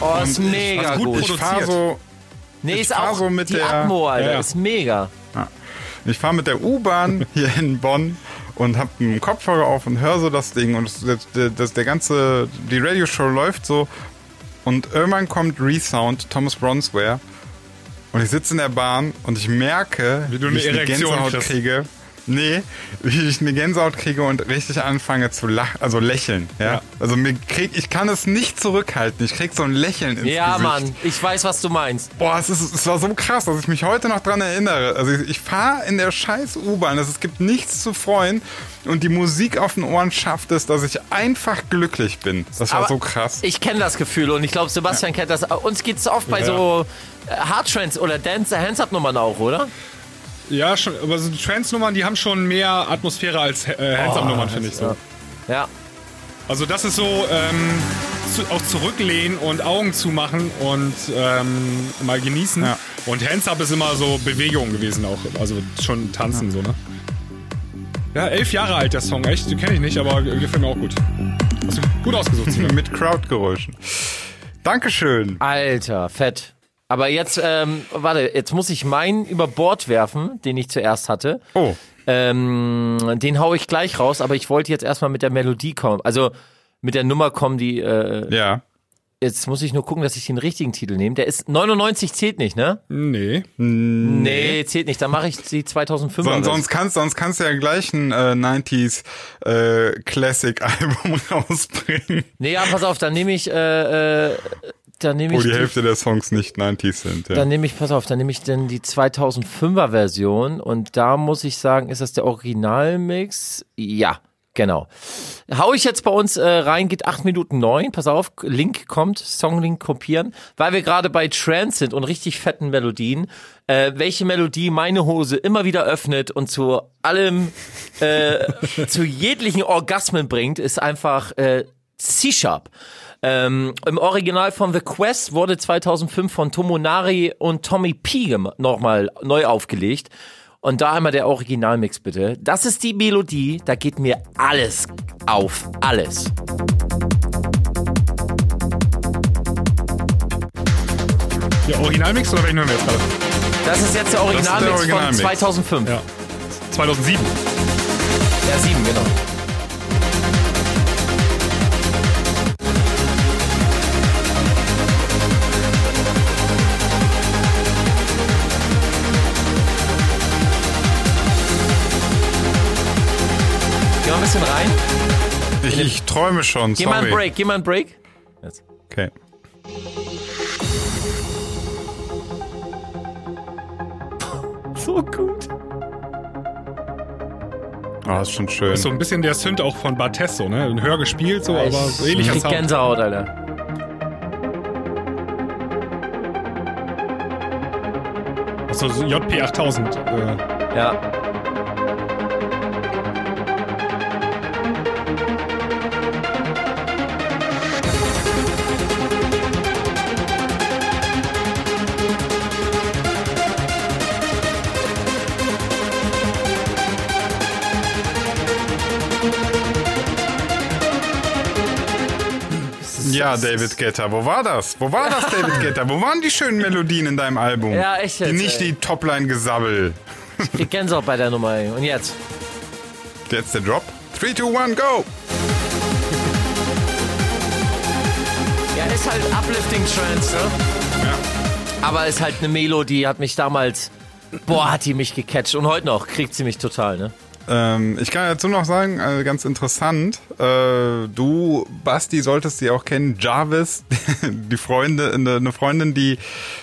Speaker 1: Oh, ist
Speaker 3: Und ich-
Speaker 1: mega
Speaker 3: was
Speaker 1: gut.
Speaker 3: Ich fahre so
Speaker 1: nee,
Speaker 3: ich
Speaker 1: ist
Speaker 3: fahr
Speaker 1: auch
Speaker 3: so mit
Speaker 1: die
Speaker 3: der-
Speaker 1: Atmo, Alter,
Speaker 2: Ja, ja.
Speaker 1: ist mega.
Speaker 3: Ich fahre mit der U-Bahn hier in Bonn und habe einen Kopfhörer auf und höre so das Ding und das, das, das, der ganze, die Radioshow läuft so und irgendwann kommt Resound, Thomas Bronsware und ich sitze in der Bahn und ich merke,
Speaker 2: Wie du eine
Speaker 3: ich
Speaker 2: Erektion
Speaker 3: Gänsehaut
Speaker 2: kriegst.
Speaker 3: kriege. Nee, wie ich eine Gänsehaut kriege und richtig anfange zu lachen, also lächeln, ja.
Speaker 2: Ja.
Speaker 3: Also mir krieg, ich kann es nicht zurückhalten. Ich krieg so ein Lächeln ins
Speaker 1: Ja,
Speaker 3: Gesicht.
Speaker 1: Mann, ich weiß, was du meinst.
Speaker 3: Boah, es, ist, es war so krass, dass ich mich heute noch dran erinnere. Also ich, ich fahre in der scheiß U-Bahn, es es gibt nichts zu freuen und die Musik auf den Ohren schafft es, dass ich einfach glücklich bin. Das war
Speaker 1: Aber
Speaker 3: so krass.
Speaker 1: Ich kenne das Gefühl und ich glaube, Sebastian kennt das. Uns geht's oft bei
Speaker 2: Ja.
Speaker 1: so äh, Hardtrends oder Dance Hands Up Nummern auch, oder?
Speaker 2: Ja, schon, aber so die Trance-Nummern, die haben schon mehr Atmosphäre als äh, Hands-Up-Nummern, finde ich so.
Speaker 1: Oh, Ja.
Speaker 2: Also das ist so, ähm, zu, auch zurücklehnen und Augen zumachen und ähm, mal genießen.
Speaker 3: Ja.
Speaker 2: Und Hands-Up ist immer so Bewegung gewesen auch. Also schon tanzen so, ne? Ja, elf Jahre alt der Song, echt? Den kenne ich nicht, aber gefällt mir auch gut. Hast du gut ausgesucht, Simon.
Speaker 3: Mit Crowdgeräuschen. Dankeschön.
Speaker 1: Alter, fett. Aber jetzt, ähm, warte, jetzt muss ich meinen über Bord werfen, den ich zuerst hatte.
Speaker 3: Oh,
Speaker 1: Ähm, den hau ich gleich raus, aber ich wollte jetzt erstmal mit der Melodie kommen. Also mit der Nummer kommen, die. Äh,
Speaker 3: ja.
Speaker 1: jetzt muss ich nur gucken, dass ich den richtigen Titel nehme. Der ist 99 zählt nicht, ne?
Speaker 2: Nee.
Speaker 1: Nee, zählt nicht. Dann mache ich die 2005.
Speaker 3: Sonst, sonst, kannst, sonst kannst du ja gleich ein äh, 90s äh, Classic-Album rausbringen,
Speaker 1: Nee, ja, pass auf, dann nehme ich. Äh, äh, dann nehme
Speaker 3: wo
Speaker 1: ich.
Speaker 3: Oh, die
Speaker 1: die-
Speaker 3: Hälfte der Songs nicht 90s sind. Ja.
Speaker 1: Dann nehme ich, pass auf, dann nehme ich denn die 2005er Version und da muss ich sagen, ist das der Originalmix? Ja, genau. Hau ich jetzt bei uns äh, rein, geht 8 Minuten 9, pass auf, Link kommt, Songlink kopieren, weil wir gerade bei Trance sind und richtig fetten Melodien, äh, welche Melodie meine Hose immer wieder öffnet und zu allem, äh, zu jeglichen Orgasmen bringt, ist einfach äh, C-Sharp. Ähm, Im Original von The Quest wurde 2005 von Tomonari und Tommy P gem- nochmal neu aufgelegt. Und da einmal der Originalmix bitte. Das ist die Melodie, da geht mir alles auf. Alles.
Speaker 2: Der Originalmix oder welchen hören wir jetzt gerade?
Speaker 1: Das ist jetzt der
Speaker 3: ist der
Speaker 1: Originalmix von
Speaker 3: Originalmix.
Speaker 1: 2005.
Speaker 2: Ja. 2007.
Speaker 1: Ja, sieben, genau. Geh mal ein bisschen rein.
Speaker 3: Ich, ich träume schon,
Speaker 1: Geh mal einen
Speaker 3: sorry.
Speaker 1: Break, geh mal einen Break.
Speaker 3: Okay.
Speaker 1: So gut.
Speaker 3: Ah, ist schon schön.
Speaker 2: Ist so ein bisschen der Synth auch von Bartesso, ne? Hör gespielt so, aber so
Speaker 1: ich
Speaker 2: ähnlicher
Speaker 1: krieg
Speaker 2: Sound.
Speaker 1: Gänsehaut, Alter.
Speaker 2: Achso, so JP 8000. Äh,
Speaker 1: Ja.
Speaker 3: Ja, David Guetta, wo war das? Wo war das, David Guetta? Wo waren die schönen Melodien in deinem Album?
Speaker 1: Ja, echt jetzt,
Speaker 3: Die nicht
Speaker 1: ey.
Speaker 3: die Topline-Gesabbel.
Speaker 1: Ich krieg Gänsehaut bei der Nummer. ey. Und jetzt?
Speaker 3: Jetzt der Drop. 3, 2, 1, go!
Speaker 1: Ja, ist halt Uplifting Trance, ne? Aber ist halt eine Melo, die hat mich damals. Boah, hat die mich gecatcht. Und heute noch kriegt sie mich total, ne?
Speaker 3: Ähm, ich kann dazu noch sagen, äh, ganz interessant, äh, du, Basti, solltest sie auch kennen, Jarvis, die Freunde, eine eine Freundin, die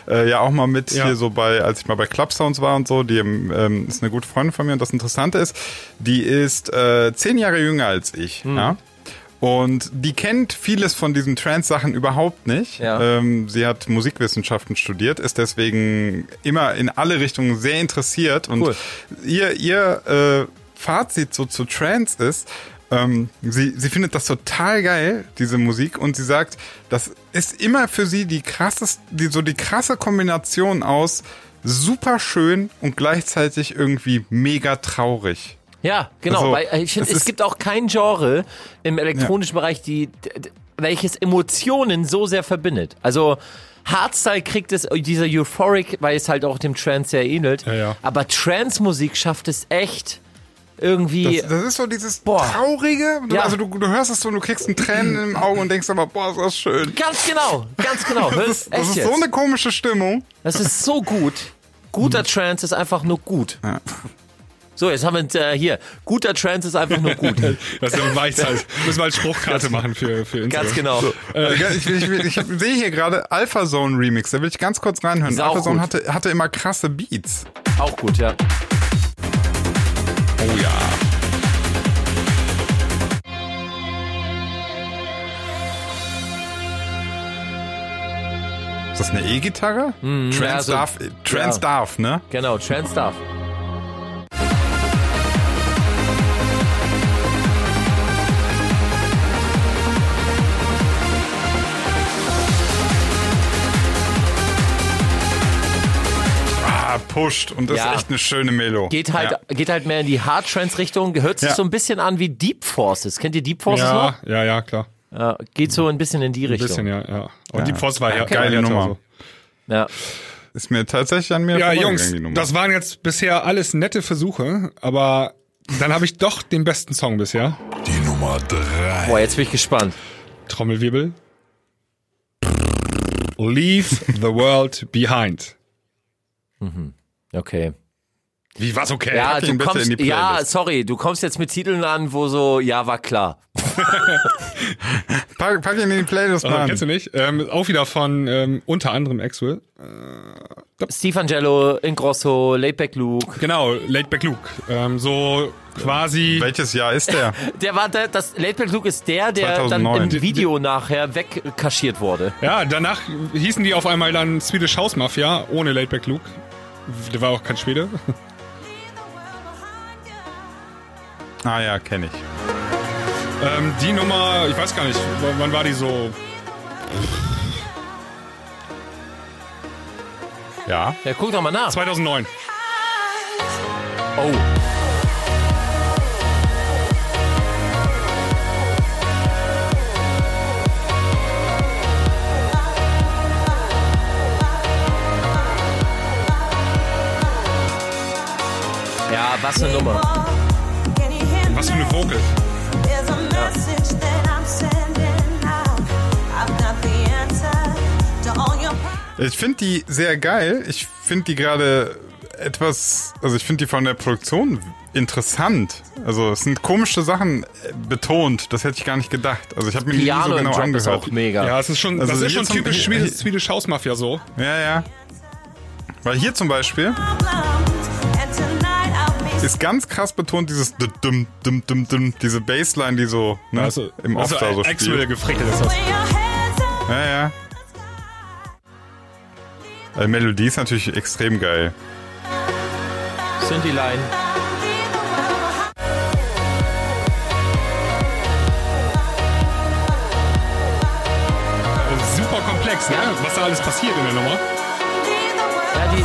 Speaker 3: äh, ja auch mal mit
Speaker 2: Ja.
Speaker 3: hier so bei, als ich mal bei Club Sounds war und so, die ähm, ist eine gute Freundin von mir und das Interessante ist, die ist äh, zehn Jahre jünger als ich, ja. Und die kennt vieles von diesen Trans-Sachen überhaupt nicht.
Speaker 1: Ja.
Speaker 3: Ähm, sie hat Musikwissenschaften studiert, ist deswegen immer in alle Richtungen sehr interessiert. Und
Speaker 1: Cool.
Speaker 3: ihr, ihr äh, Fazit so zu Trans ist, ähm, sie, sie findet das total geil, diese Musik. Und sie sagt, das ist immer für sie die krassest, die, so die krasse Kombination aus super schön und gleichzeitig irgendwie mega traurig.
Speaker 1: Ja, genau.
Speaker 3: Also,
Speaker 1: weil ich find,
Speaker 3: es
Speaker 1: es,
Speaker 3: ist-
Speaker 1: gibt auch kein Genre im elektronischen Bereich, die, d- d- welches Emotionen so sehr verbindet. Also Hardstyle kriegt es, dieser Euphoric, weil es halt auch dem Trance sehr ähnelt.
Speaker 2: Ja, ja.
Speaker 1: Aber Trance-Musik schafft es echt irgendwie.
Speaker 3: Das, das ist so dieses
Speaker 1: Boah.
Speaker 3: Traurige. Du,
Speaker 1: Ja.
Speaker 3: Also du, du hörst es so und du kriegst einen Tränen im Auge und denkst aber, boah, ist das schön.
Speaker 1: ganz genau, ganz genau.
Speaker 3: Das
Speaker 1: Hörst-
Speaker 3: ist, das
Speaker 1: echt
Speaker 3: ist
Speaker 1: jetzt.
Speaker 3: so eine komische Stimmung.
Speaker 1: Das ist so gut. Guter Trance ist einfach nur gut. So, jetzt haben wir äh, hier. Guter Trance ist einfach nur gut.
Speaker 2: Das ist eine Weisheit. Müssen wir als Spruchkarte machen für, für Instagram.
Speaker 1: Ganz genau.
Speaker 2: Äh.
Speaker 3: Also, Ich, ich, ich, ich sehe hier gerade Alpha Zone Remix, da will ich ganz kurz reinhören.
Speaker 1: Ist auch
Speaker 3: Alpha Zone
Speaker 1: gut.
Speaker 3: hatte, hatte immer krasse Beats.
Speaker 1: Auch gut, ja.
Speaker 2: Oh ja.
Speaker 3: Ist das eine E-Gitarre? Trans
Speaker 1: Hm, ja, so-
Speaker 3: darf, Trans
Speaker 1: ja.
Speaker 3: darf, ne?
Speaker 1: Genau, Trance darf.
Speaker 3: Ah, pusht und das
Speaker 1: Ja.
Speaker 3: ist echt eine schöne Melo.
Speaker 1: Geht halt,
Speaker 3: Ja.
Speaker 1: geht halt mehr in die Hard Trance Richtung. Hört sich
Speaker 3: Ja.
Speaker 1: so ein bisschen an wie Deep Forces. Kennt ihr Deep Forces
Speaker 2: Ja, ja, ja, klar.
Speaker 1: noch? Ja, geht so ein bisschen in die
Speaker 2: Ein
Speaker 1: Richtung.
Speaker 2: bisschen, ja, ja. Und die Post war ja
Speaker 1: Danke.
Speaker 2: geile
Speaker 3: Geile
Speaker 2: Nummer.
Speaker 3: Nummer.
Speaker 1: ja.
Speaker 3: Ist mir tatsächlich an mir
Speaker 2: Ja,
Speaker 3: vorbeigegangen,
Speaker 2: Jungs,
Speaker 3: die Nummer.
Speaker 2: das waren jetzt bisher alles nette Versuche, aber dann habe ich doch den besten Song bisher.
Speaker 4: Die Nummer 3.
Speaker 1: Boah, jetzt bin ich gespannt.
Speaker 2: Trommelwirbel. Leave the world behind.
Speaker 1: Okay.
Speaker 2: Wie was okay?
Speaker 1: Ja,
Speaker 3: pack
Speaker 1: du
Speaker 3: ihn bitte
Speaker 1: kommst,
Speaker 3: in die
Speaker 1: ja,
Speaker 3: Playlist.
Speaker 1: sorry, du kommst jetzt mit Titeln an, wo so, ja, war klar.
Speaker 3: pack, pack ihn in die Playlist,
Speaker 2: Ah,
Speaker 3: Mann.
Speaker 2: kennst du nicht? Ähm, auch wieder von ähm, unter anderem Axwell.
Speaker 1: Steve Angelo, Ingrosso, Laidback Luke.
Speaker 2: Genau, Late Back Luke. Ähm, so quasi.
Speaker 3: Welches Jahr ist der?
Speaker 1: Der war, der, das Laidback Luke ist der, der
Speaker 3: 2009.
Speaker 1: dann im Video nachher wegkaschiert wurde.
Speaker 2: Ja, danach hießen die auf einmal dann Swedish House Mafia ohne Late Back Luke. Der war auch kein Schwede.
Speaker 3: Ah ja, kenne ich.
Speaker 2: Ähm, die Nummer, ich weiß gar nicht, w- wann war die so?
Speaker 3: Ja.
Speaker 1: Ja, guck doch mal nach.
Speaker 2: 2009.
Speaker 1: Oh. Ja, was eine Nummer.
Speaker 2: Was für eine Vocal.
Speaker 3: Ich finde die sehr geil. Ich finde die gerade etwas, also ich finde die von der Produktion interessant. Also es sind komische Sachen äh, betont. Das hätte ich gar nicht gedacht. Also ich habe mir die nie so
Speaker 1: Piano im
Speaker 3: genau
Speaker 1: Drop ist
Speaker 3: angehört.
Speaker 1: auch mega.
Speaker 2: Ja, es ist schon,
Speaker 3: Also
Speaker 2: das
Speaker 3: hier
Speaker 2: ist schon
Speaker 3: zum-
Speaker 2: typisch Schwedes, Swedish House Mafia so. ne?
Speaker 3: Ja, ja. Weil hier zum Beispiel ist ganz krass betont dieses dum dum dum dum dum diese Bassline, die so ne,
Speaker 2: Also,
Speaker 3: im Off da so
Speaker 2: Axwell
Speaker 3: spielt.
Speaker 2: gefrickelt ist das.
Speaker 3: Ja, ja. Die Melodie ist natürlich extrem geil.
Speaker 1: Sind die Line.
Speaker 2: Also Super komplex, ne? Was da alles passiert in der Nummer.
Speaker 1: Ja, die,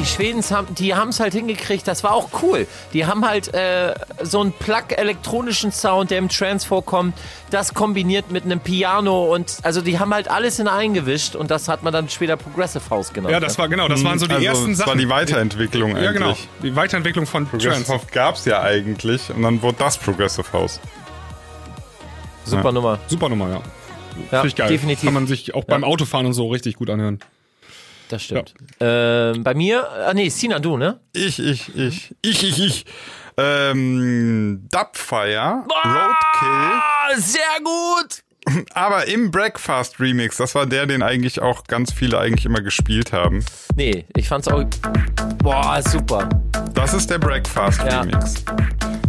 Speaker 1: die Schweden, haben- die haben es halt hingekriegt, das war auch cool. Die haben halt äh, so einen Plug-elektronischen Sound, der im Trance vorkommt, das kombiniert mit einem Piano und also die haben halt alles in eingewischt und das hat man dann später Progressive House genannt. ne?
Speaker 2: Ja, das war genau, das waren so die
Speaker 3: also,
Speaker 2: ersten
Speaker 3: es
Speaker 2: Sachen.
Speaker 3: war die Weiterentwicklung eigentlich.
Speaker 2: ja, genau. Die Weiterentwicklung von
Speaker 3: Progressive
Speaker 2: Trance.
Speaker 3: House gab es ja eigentlich und dann wurde das Progressive House.
Speaker 1: Super Nummer.
Speaker 2: Super Nummer, ja.
Speaker 1: Ja,
Speaker 2: Richtig geil.
Speaker 1: definitiv.
Speaker 2: Kann man sich auch beim Autofahren und so richtig gut anhören.
Speaker 1: Das stimmt. Ähm, bei mir, ah nee, Sinan, du, ne?
Speaker 3: Ich, ich, ich, ich, ich, ich. Ähm, Dubfire, Roadkill,
Speaker 1: Ah, sehr gut!
Speaker 3: aber im Breakfast Remix. Das war der, den eigentlich auch ganz viele eigentlich immer gespielt haben.
Speaker 1: Nee, ich fand's auch. Boah, super.
Speaker 3: Das ist der Breakfast
Speaker 1: Ja.
Speaker 3: Remix.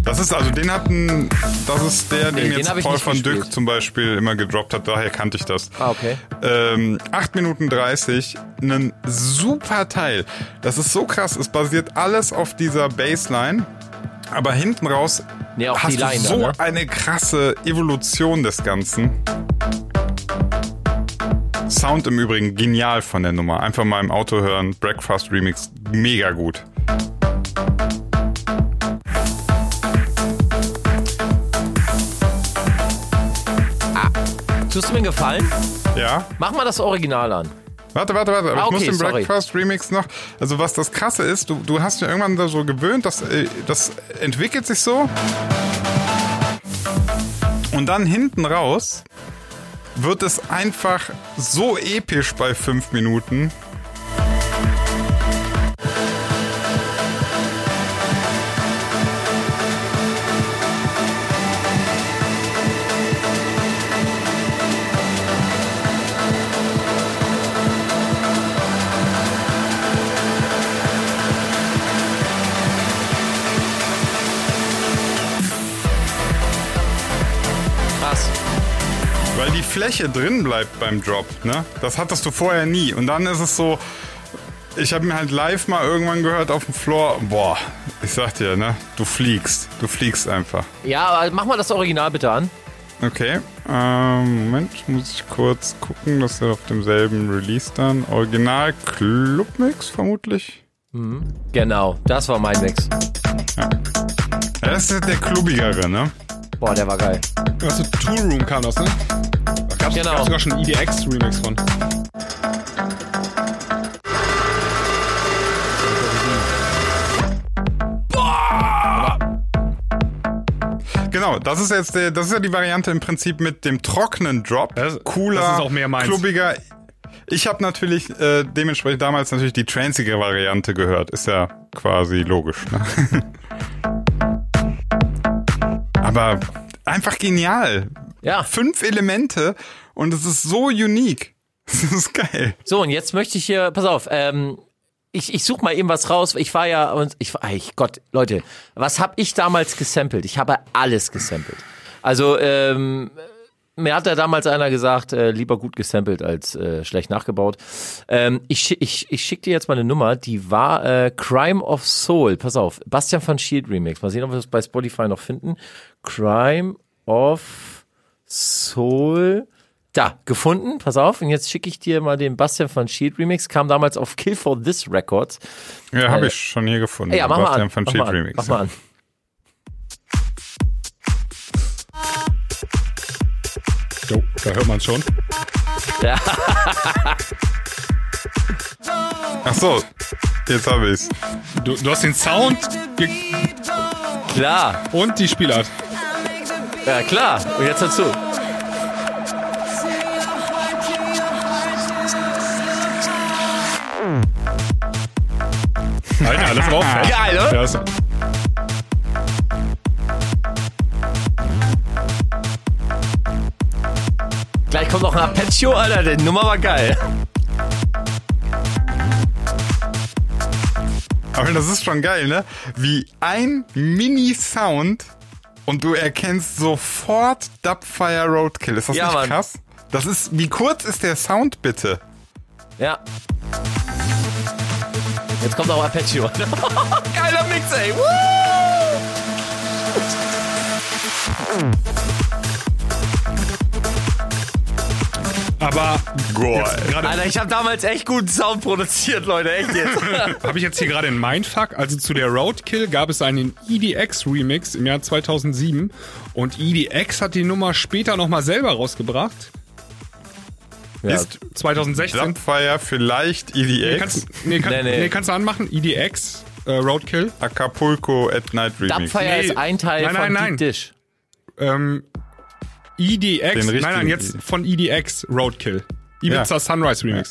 Speaker 3: Das ist also, den hatten, das ist der, den,
Speaker 1: den
Speaker 3: jetzt
Speaker 1: hab ich
Speaker 3: Paul
Speaker 1: nicht
Speaker 3: von
Speaker 1: gespielt.
Speaker 3: Dyck zum Beispiel immer gedroppt hat, daher kannte ich das.
Speaker 1: Ah, okay.
Speaker 3: Ähm, 8 Minuten 30, ein super Teil. Das ist so krass, es basiert alles auf dieser Baseline, aber hinten raus
Speaker 1: Nee, auch
Speaker 3: hast
Speaker 1: die Line
Speaker 3: du
Speaker 1: da,
Speaker 3: so
Speaker 1: ne?
Speaker 3: eine krasse Evolution des Ganzen. Sound im Übrigen genial von der Nummer. Einfach mal im Auto hören, Breakfast Remix, mega gut.
Speaker 1: Tust du mir einen Gefallen?
Speaker 3: Ja?
Speaker 1: Mach mal das Original an.
Speaker 3: Warte, warte, warte, aber
Speaker 1: Ah,
Speaker 3: ich muss
Speaker 1: okay,
Speaker 3: den
Speaker 1: sorry.
Speaker 3: Breakfast Remix noch. Also was das krasse ist, du, du hast ja irgendwann da so gewöhnt, dass, äh, das entwickelt sich so. Und dann hinten raus wird es einfach so episch bei fünf Minuten.
Speaker 1: Krass.
Speaker 3: Weil die Fläche drin bleibt beim Drop, ne? Das hattest du vorher nie. Und dann ist es so, ich habe mir halt live mal irgendwann gehört auf dem Floor, boah, ich sag dir, ne? Du fliegst. Du fliegst einfach.
Speaker 1: Ja, aber mach mal das Original bitte an.
Speaker 3: Okay, ähm, Moment, muss ich kurz gucken, dass er auf demselben Release dann. Original Clubmix vermutlich.
Speaker 1: Genau, das war mein Mix.
Speaker 3: Ja, das ist der klubigere, ne?
Speaker 1: Boah, der war geil.
Speaker 2: Also Two Room kam das, ne? Da gab's,
Speaker 1: Genau.
Speaker 2: gab's sogar schon einen EDX Remix von.
Speaker 3: Genau, das ist jetzt der, das ist ja die Variante im Prinzip mit dem trockenen Drop.
Speaker 2: Das-
Speaker 3: cooler,
Speaker 2: das ist auch mehr meins.
Speaker 3: klubbiger. Ich habe natürlich äh, dementsprechend damals natürlich die trancige Variante gehört. Ist ja quasi logisch. Ne? Aber einfach genial.
Speaker 1: Ja.
Speaker 3: Fünf Elemente und es ist so unique. Das ist geil.
Speaker 1: So, und jetzt möchte ich hier, pass auf, ähm, ich, ich suche mal eben was raus. Ich war ja, und ich, ey Gott, Leute, was habe ich damals gesampelt? Ich habe alles gesampelt. Also, ähm, mir hat da damals einer gesagt, äh, lieber gut gesampelt als äh, schlecht nachgebaut. Ähm, ich, schi- ich, ich schicke dir jetzt mal eine Nummer, die war äh, Crime of Soul. Pass auf, Bastian von Shield Remix. Mal sehen, ob wir es bei Spotify noch finden. Crime of Soul. Da, gefunden, pass auf. Und jetzt schicke ich dir mal den Bastian von Shield Remix. Kam damals auf Kill for This Records.
Speaker 3: Ja, habe ich schon hier gefunden.
Speaker 1: Ey, ja, mach mal
Speaker 3: Sebastian
Speaker 1: an.
Speaker 3: Von
Speaker 1: mach,
Speaker 3: Cheat
Speaker 1: mal an.
Speaker 3: Remix.
Speaker 1: mach mal an.
Speaker 2: Jo, da hört man schon.
Speaker 3: Ach so, jetzt habe ich's.
Speaker 2: Du, du hast den Sound ge-
Speaker 1: Klar,
Speaker 2: und die Spielart.
Speaker 1: ja klar. Und jetzt dazu.
Speaker 2: Alter, alles drauf. ne?
Speaker 1: Geil, oder?
Speaker 2: Ja, ist,
Speaker 1: Gleich kommt noch ein Apecho, Alter. Die Nummer war geil.
Speaker 3: Aber das ist schon geil, ne? Wie ein Mini-Sound und du erkennst sofort Dubfire Roadkill. Ist das
Speaker 1: Ja,
Speaker 3: nicht
Speaker 1: Mann.
Speaker 3: krass? Das ist, wie kurz ist der Sound bitte?
Speaker 1: Ja. Jetzt kommt auch Apache. Geiler Mix, ey. Woo!
Speaker 2: Aber
Speaker 3: Gott.
Speaker 2: jetzt gerade
Speaker 1: Alter, ich habe damals echt guten Sound produziert, Leute, echt jetzt.
Speaker 2: habe ich jetzt hier gerade einen Mindfuck. Also zu der Roadkill gab es einen EDX-Remix im Jahr 2007 und EDX hat die Nummer später nochmal selber rausgebracht. Ist 2016.
Speaker 3: Dumpfire, vielleicht E
Speaker 2: Nee,
Speaker 3: EDX.
Speaker 2: kannst, nee, kann,
Speaker 1: Nee,
Speaker 2: nee,
Speaker 1: nee.
Speaker 2: kannst du anmachen. EDX, äh, Roadkill.
Speaker 3: Acapulco at Night Remix.
Speaker 1: Dubfire
Speaker 2: Nee.
Speaker 1: ist ein Teil
Speaker 2: Nein,
Speaker 1: von
Speaker 2: nein, nein.
Speaker 1: Deep Dish.
Speaker 2: Ähm, EDX,
Speaker 3: Den
Speaker 2: nein,
Speaker 3: richtigen E
Speaker 2: nein, jetzt von EDX, Roadkill. Ibiza
Speaker 3: Ja.
Speaker 2: Sunrise Remix.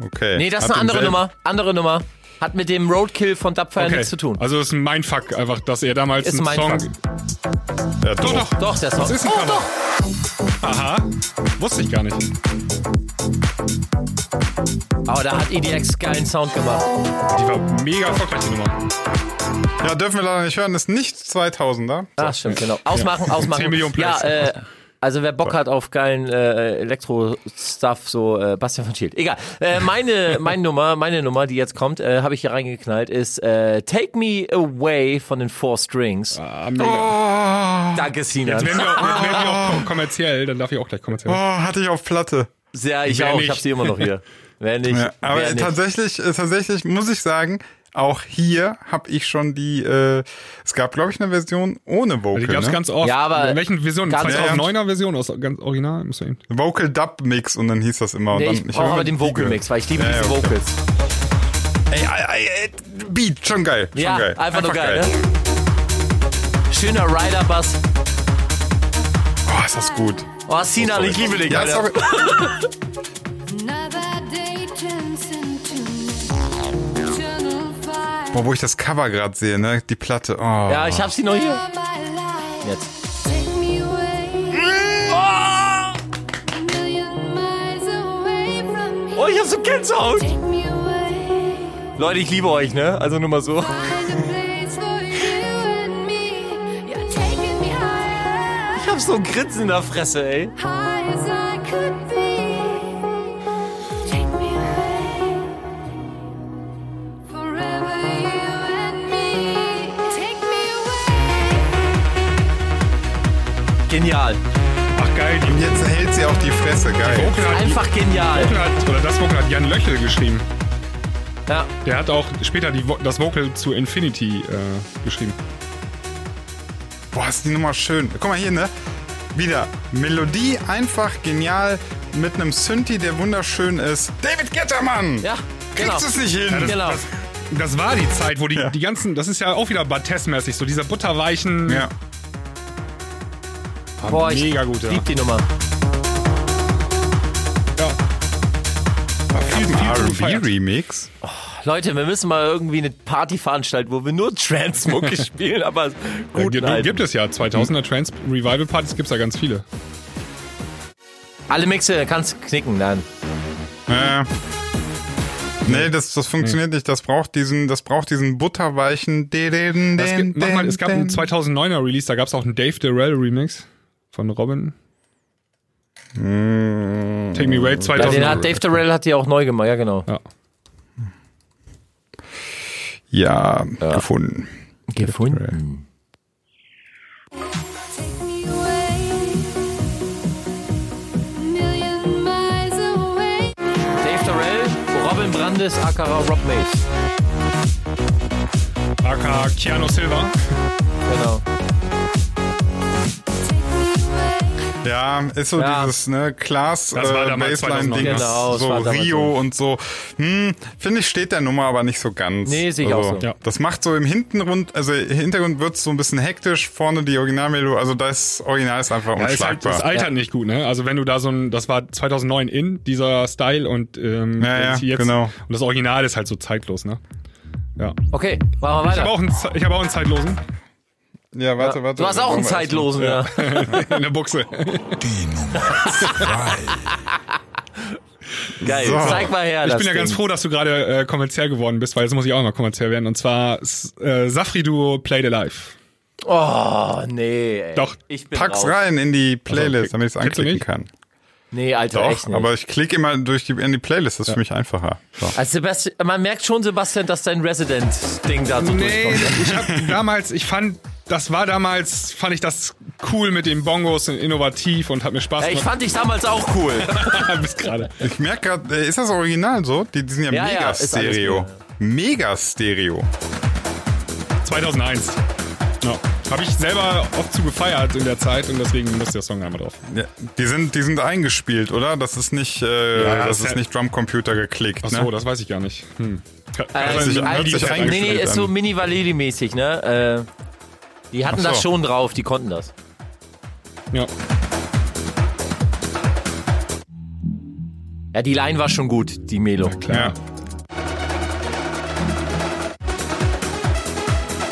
Speaker 3: Okay.
Speaker 1: Nee, das ist
Speaker 3: Hat
Speaker 1: eine andere
Speaker 3: denselben-
Speaker 1: Nummer. Andere Nummer. Hat mit dem Roadkill von Dubfire
Speaker 2: Okay.
Speaker 1: nichts zu tun.
Speaker 2: Also ist ein Mindfuck einfach, dass er damals
Speaker 1: Ist ein
Speaker 2: einen Song...
Speaker 1: Mindfuck.
Speaker 3: Ja,
Speaker 2: Doch,
Speaker 3: doch.
Speaker 2: doch.
Speaker 1: Doch, der Song.
Speaker 2: Das ist ein
Speaker 1: oh,
Speaker 2: Cover.
Speaker 1: doch.
Speaker 2: Aha, wusste ich gar nicht. Die
Speaker 1: Aber da hat EDX geilen Sound gemacht.
Speaker 2: war mega erfolgreich, die Nummer.
Speaker 3: Ja, dürfen wir leider nicht hören. Ist nicht 2000er.
Speaker 1: Ah, stimmt, genau. Ausmachen, ausmachen.
Speaker 2: 10 Millionen
Speaker 1: ja,
Speaker 2: Plays.
Speaker 1: äh, also wer Bock hat auf geilen äh, Elektro-Stuff, so äh, Bastian von Schild. Egal. Äh, meine, meine Nummer, meine Nummer, die jetzt kommt, äh, habe ich hier reingeknallt, ist äh, Take Me Away von den Four Strings.
Speaker 2: Ah, mega. Ah.
Speaker 1: Danke, Sinan.
Speaker 2: Wenn wir, auch, wenn wir
Speaker 1: Ah.
Speaker 2: auch kommerziell, dann darf ich auch gleich kommerziell.
Speaker 3: Oh, hatte ich auf Platte.
Speaker 1: Sehr, ich
Speaker 2: Wer
Speaker 1: auch, ich
Speaker 2: nicht?
Speaker 1: habe sie immer noch hier. Wer nicht,
Speaker 3: Ja, aber
Speaker 1: wer nicht.
Speaker 3: tatsächlich, äh, tatsächlich muss ich sagen, auch hier habe ich schon die, äh, es gab, glaube ich, eine Version ohne Vocal.
Speaker 2: Die gab's
Speaker 3: ne?
Speaker 2: ganz oft.
Speaker 1: Ja, aber
Speaker 2: In welchen Versionen?
Speaker 1: ganz
Speaker 2: 2009er Version, aus, ganz original? Müssen wir eben.
Speaker 3: Vocal Dub Mix und dann hieß das immer.
Speaker 1: Nee,
Speaker 3: und
Speaker 1: ich
Speaker 3: dann,
Speaker 1: brauche
Speaker 3: hab
Speaker 1: aber
Speaker 3: immer
Speaker 1: den
Speaker 3: die
Speaker 1: Vocal
Speaker 3: gehört.
Speaker 1: Mix, weil ich liebe
Speaker 3: Ja,
Speaker 1: diese
Speaker 3: ja, okay.
Speaker 1: Vocals.
Speaker 3: Ey, ey, ey, ey, Beat, schon geil. Schon
Speaker 1: Ja,
Speaker 3: geil.
Speaker 1: einfach, nur geil, ne? Schöner Rider-Bass.
Speaker 3: Oh, ist das gut.
Speaker 1: Oh, Sinan, ich liebe dich,
Speaker 3: Ja,
Speaker 1: Alter.
Speaker 3: sorry.
Speaker 6: Another day turns into eternal fire.
Speaker 3: Boah, wo ich das Cover gerade sehe, ne? Die Platte. Oh.
Speaker 1: Ja, ich hab sie noch hier.
Speaker 6: My life,
Speaker 1: Jetzt.
Speaker 6: take me away. A million miles away from here.
Speaker 1: Oh, ich hab so Gänsehaut.
Speaker 6: Take me away.
Speaker 1: Leute, ich liebe euch, ne? Also nur mal so.
Speaker 6: Find a place for you and me. You're taking me higher,
Speaker 1: Ich hab so ein Grinsen in der Fresse, ey.
Speaker 6: high as I could be. Take me away. Forever you and me. Take me away.
Speaker 1: Genial.
Speaker 2: Ach geil,
Speaker 3: Und
Speaker 2: die
Speaker 3: jetzt hält sie auch die Fresse, geil.
Speaker 2: Vocal hat, die
Speaker 1: Einfach genial.
Speaker 2: Vocal hat, oder das Vocal hat Jan Löchel geschrieben.
Speaker 1: Ja.
Speaker 2: Der hat auch später die, Vo- das Vocal zu Infinity äh, geschrieben.
Speaker 3: Boah, ist die Nummer schön. Guck mal hier, ne? Wieder Melodie, einfach genial, mit einem Synthi, der wunderschön ist. David Gettermann!
Speaker 1: Ja, genau.
Speaker 3: Kriegst du es nicht hin?
Speaker 2: das-
Speaker 1: Genau.
Speaker 2: das- Das war die Zeit, wo die,
Speaker 3: Ja.
Speaker 2: die ganzen, das ist ja auch wieder Bartess-mäßig, so dieser butterweichen,
Speaker 3: Ja.
Speaker 2: Ah,
Speaker 1: Boah, ich
Speaker 2: mega gut, ja.
Speaker 1: lieb die Nummer.
Speaker 2: ja. War viel, viel zu gefeiert.
Speaker 3: R&B-Remix?
Speaker 1: Leute, wir müssen mal irgendwie eine Party veranstalten, wo wir nur Transmucke spielen, aber gut.
Speaker 2: Ja,
Speaker 1: Ja,
Speaker 2: nun Äh, gibt es ja 2000er Trans Revival Partys gibt's ja ganz viele.
Speaker 1: Alle Mixe kannst knicken, nein.
Speaker 3: Äh. Nee, das, das funktioniert nicht. Das braucht diesen, das braucht diesen butterweichen.
Speaker 2: Es gibt, mach mal, es gab einen 2009er Release, da gab's auch einen Dave Darrell Remix von Robin.
Speaker 3: Hm.
Speaker 2: Take Me Away
Speaker 1: Ja,
Speaker 2: 2000.
Speaker 1: den hat Dave Terrell hat die auch neu gemacht, ja genau.
Speaker 2: Ja.
Speaker 3: Ja, gefunden.
Speaker 1: Gefunden.
Speaker 6: Take me away. A million miles away.
Speaker 1: Dave Terrell, Robin Brandes, aka Rob Mace.
Speaker 2: aka Keanu Silva.
Speaker 1: Genau.
Speaker 6: Take me away.
Speaker 3: Ja, ist so
Speaker 1: Ja.
Speaker 3: dieses, ne, Class,
Speaker 2: Das war
Speaker 3: äh,
Speaker 2: damals 2009.
Speaker 3: Baseline-Ding,
Speaker 1: Genau, das
Speaker 3: so
Speaker 1: war damals
Speaker 3: Rio
Speaker 1: so.
Speaker 3: und so. Hm, finde ich, steht der Nummer aber nicht so ganz.
Speaker 1: Nee, sehe ich
Speaker 3: also,
Speaker 1: auch so.
Speaker 2: Ja.
Speaker 3: Das macht so im Hintergrund, also im Hintergrund wird's so ein bisschen hektisch, vorne die Originalmelo, also das Original ist einfach
Speaker 2: ist halt,
Speaker 3: unschlagbar.
Speaker 2: das altert nicht gut, ne? Also wenn du da so ein, das war 2009 in, dieser Style und ähm,
Speaker 3: Ja, ja, genau.
Speaker 2: Und das Original ist halt so zeitlos, ne? Ja.
Speaker 1: Okay, machen wir
Speaker 2: Ich habe
Speaker 1: weiter.
Speaker 2: auch, einen Ze- ich hab auch einen zeitlosen
Speaker 3: ja, warte, warte.
Speaker 1: Du hast auch einen zeitlosen, ja.
Speaker 2: in der Buchse.
Speaker 4: Die Nummer 2.
Speaker 1: Geil,
Speaker 3: So.
Speaker 1: zeig mal her.
Speaker 2: Ich
Speaker 1: das
Speaker 2: bin ja ganz
Speaker 1: Ding.
Speaker 2: froh, dass du gerade äh, kommerziell geworden bist, weil jetzt muss ich auch mal kommerziell werden. Und zwar S- äh, Safri Duo Played Alive.
Speaker 1: Oh, nee. Ey.
Speaker 2: Doch.
Speaker 1: Ich bin
Speaker 3: Pack's
Speaker 1: raus.
Speaker 3: rein in die Playlist,
Speaker 2: Also,
Speaker 3: damit ich es
Speaker 2: kennst du
Speaker 3: anklicken
Speaker 2: nicht?
Speaker 3: kann.
Speaker 1: Nee, Alter,
Speaker 3: Doch,
Speaker 1: echt nicht.
Speaker 3: aber ich klicke immer durch die, in die Playlist, das ist für mich einfacher. So.
Speaker 1: also Sebastian, man merkt schon, Sebastian, dass dein Resident-Ding da so
Speaker 2: Nee,
Speaker 1: durchkommt.
Speaker 2: ich hab damals, ich fand, das war damals, fand ich das cool mit den Bongos und innovativ und hat mir Spaß
Speaker 1: Ja, Äh, ich
Speaker 2: gemacht.
Speaker 1: fand dich damals auch cool. Ähm,
Speaker 2: Bis gerade.
Speaker 3: Ich merke gerade, ist das Original so? Die, die sind ja,
Speaker 1: Ja,
Speaker 3: mega
Speaker 1: ja, ist alles
Speaker 3: stereo.
Speaker 1: cool,
Speaker 3: Mega stereo.
Speaker 2: 2001. Ja. Habe ich selber oft zu gefeiert in der Zeit und deswegen muss der Song einmal drauf.
Speaker 3: Ja, die, sind, die sind eingespielt, oder? Das ist nicht, äh,
Speaker 2: Ja,
Speaker 3: das
Speaker 2: das
Speaker 3: ist
Speaker 2: hat-
Speaker 3: nicht Drumcomputer geklickt.
Speaker 2: Ach
Speaker 3: ne?
Speaker 2: so, das weiß ich gar nicht. Hm. Kann- kann
Speaker 1: Äh,
Speaker 2: sein,
Speaker 3: sich-
Speaker 2: die-
Speaker 3: hört
Speaker 2: die-
Speaker 3: sich
Speaker 2: die-
Speaker 3: an-
Speaker 1: nee, nee, ist so
Speaker 3: an.
Speaker 1: Mini-Valedi-mäßig, ne? Äh, die hatten
Speaker 3: Ach so.
Speaker 1: das schon drauf, die konnten das.
Speaker 2: Ja.
Speaker 1: Ja, die Line war schon gut, die Melo.
Speaker 3: Ja.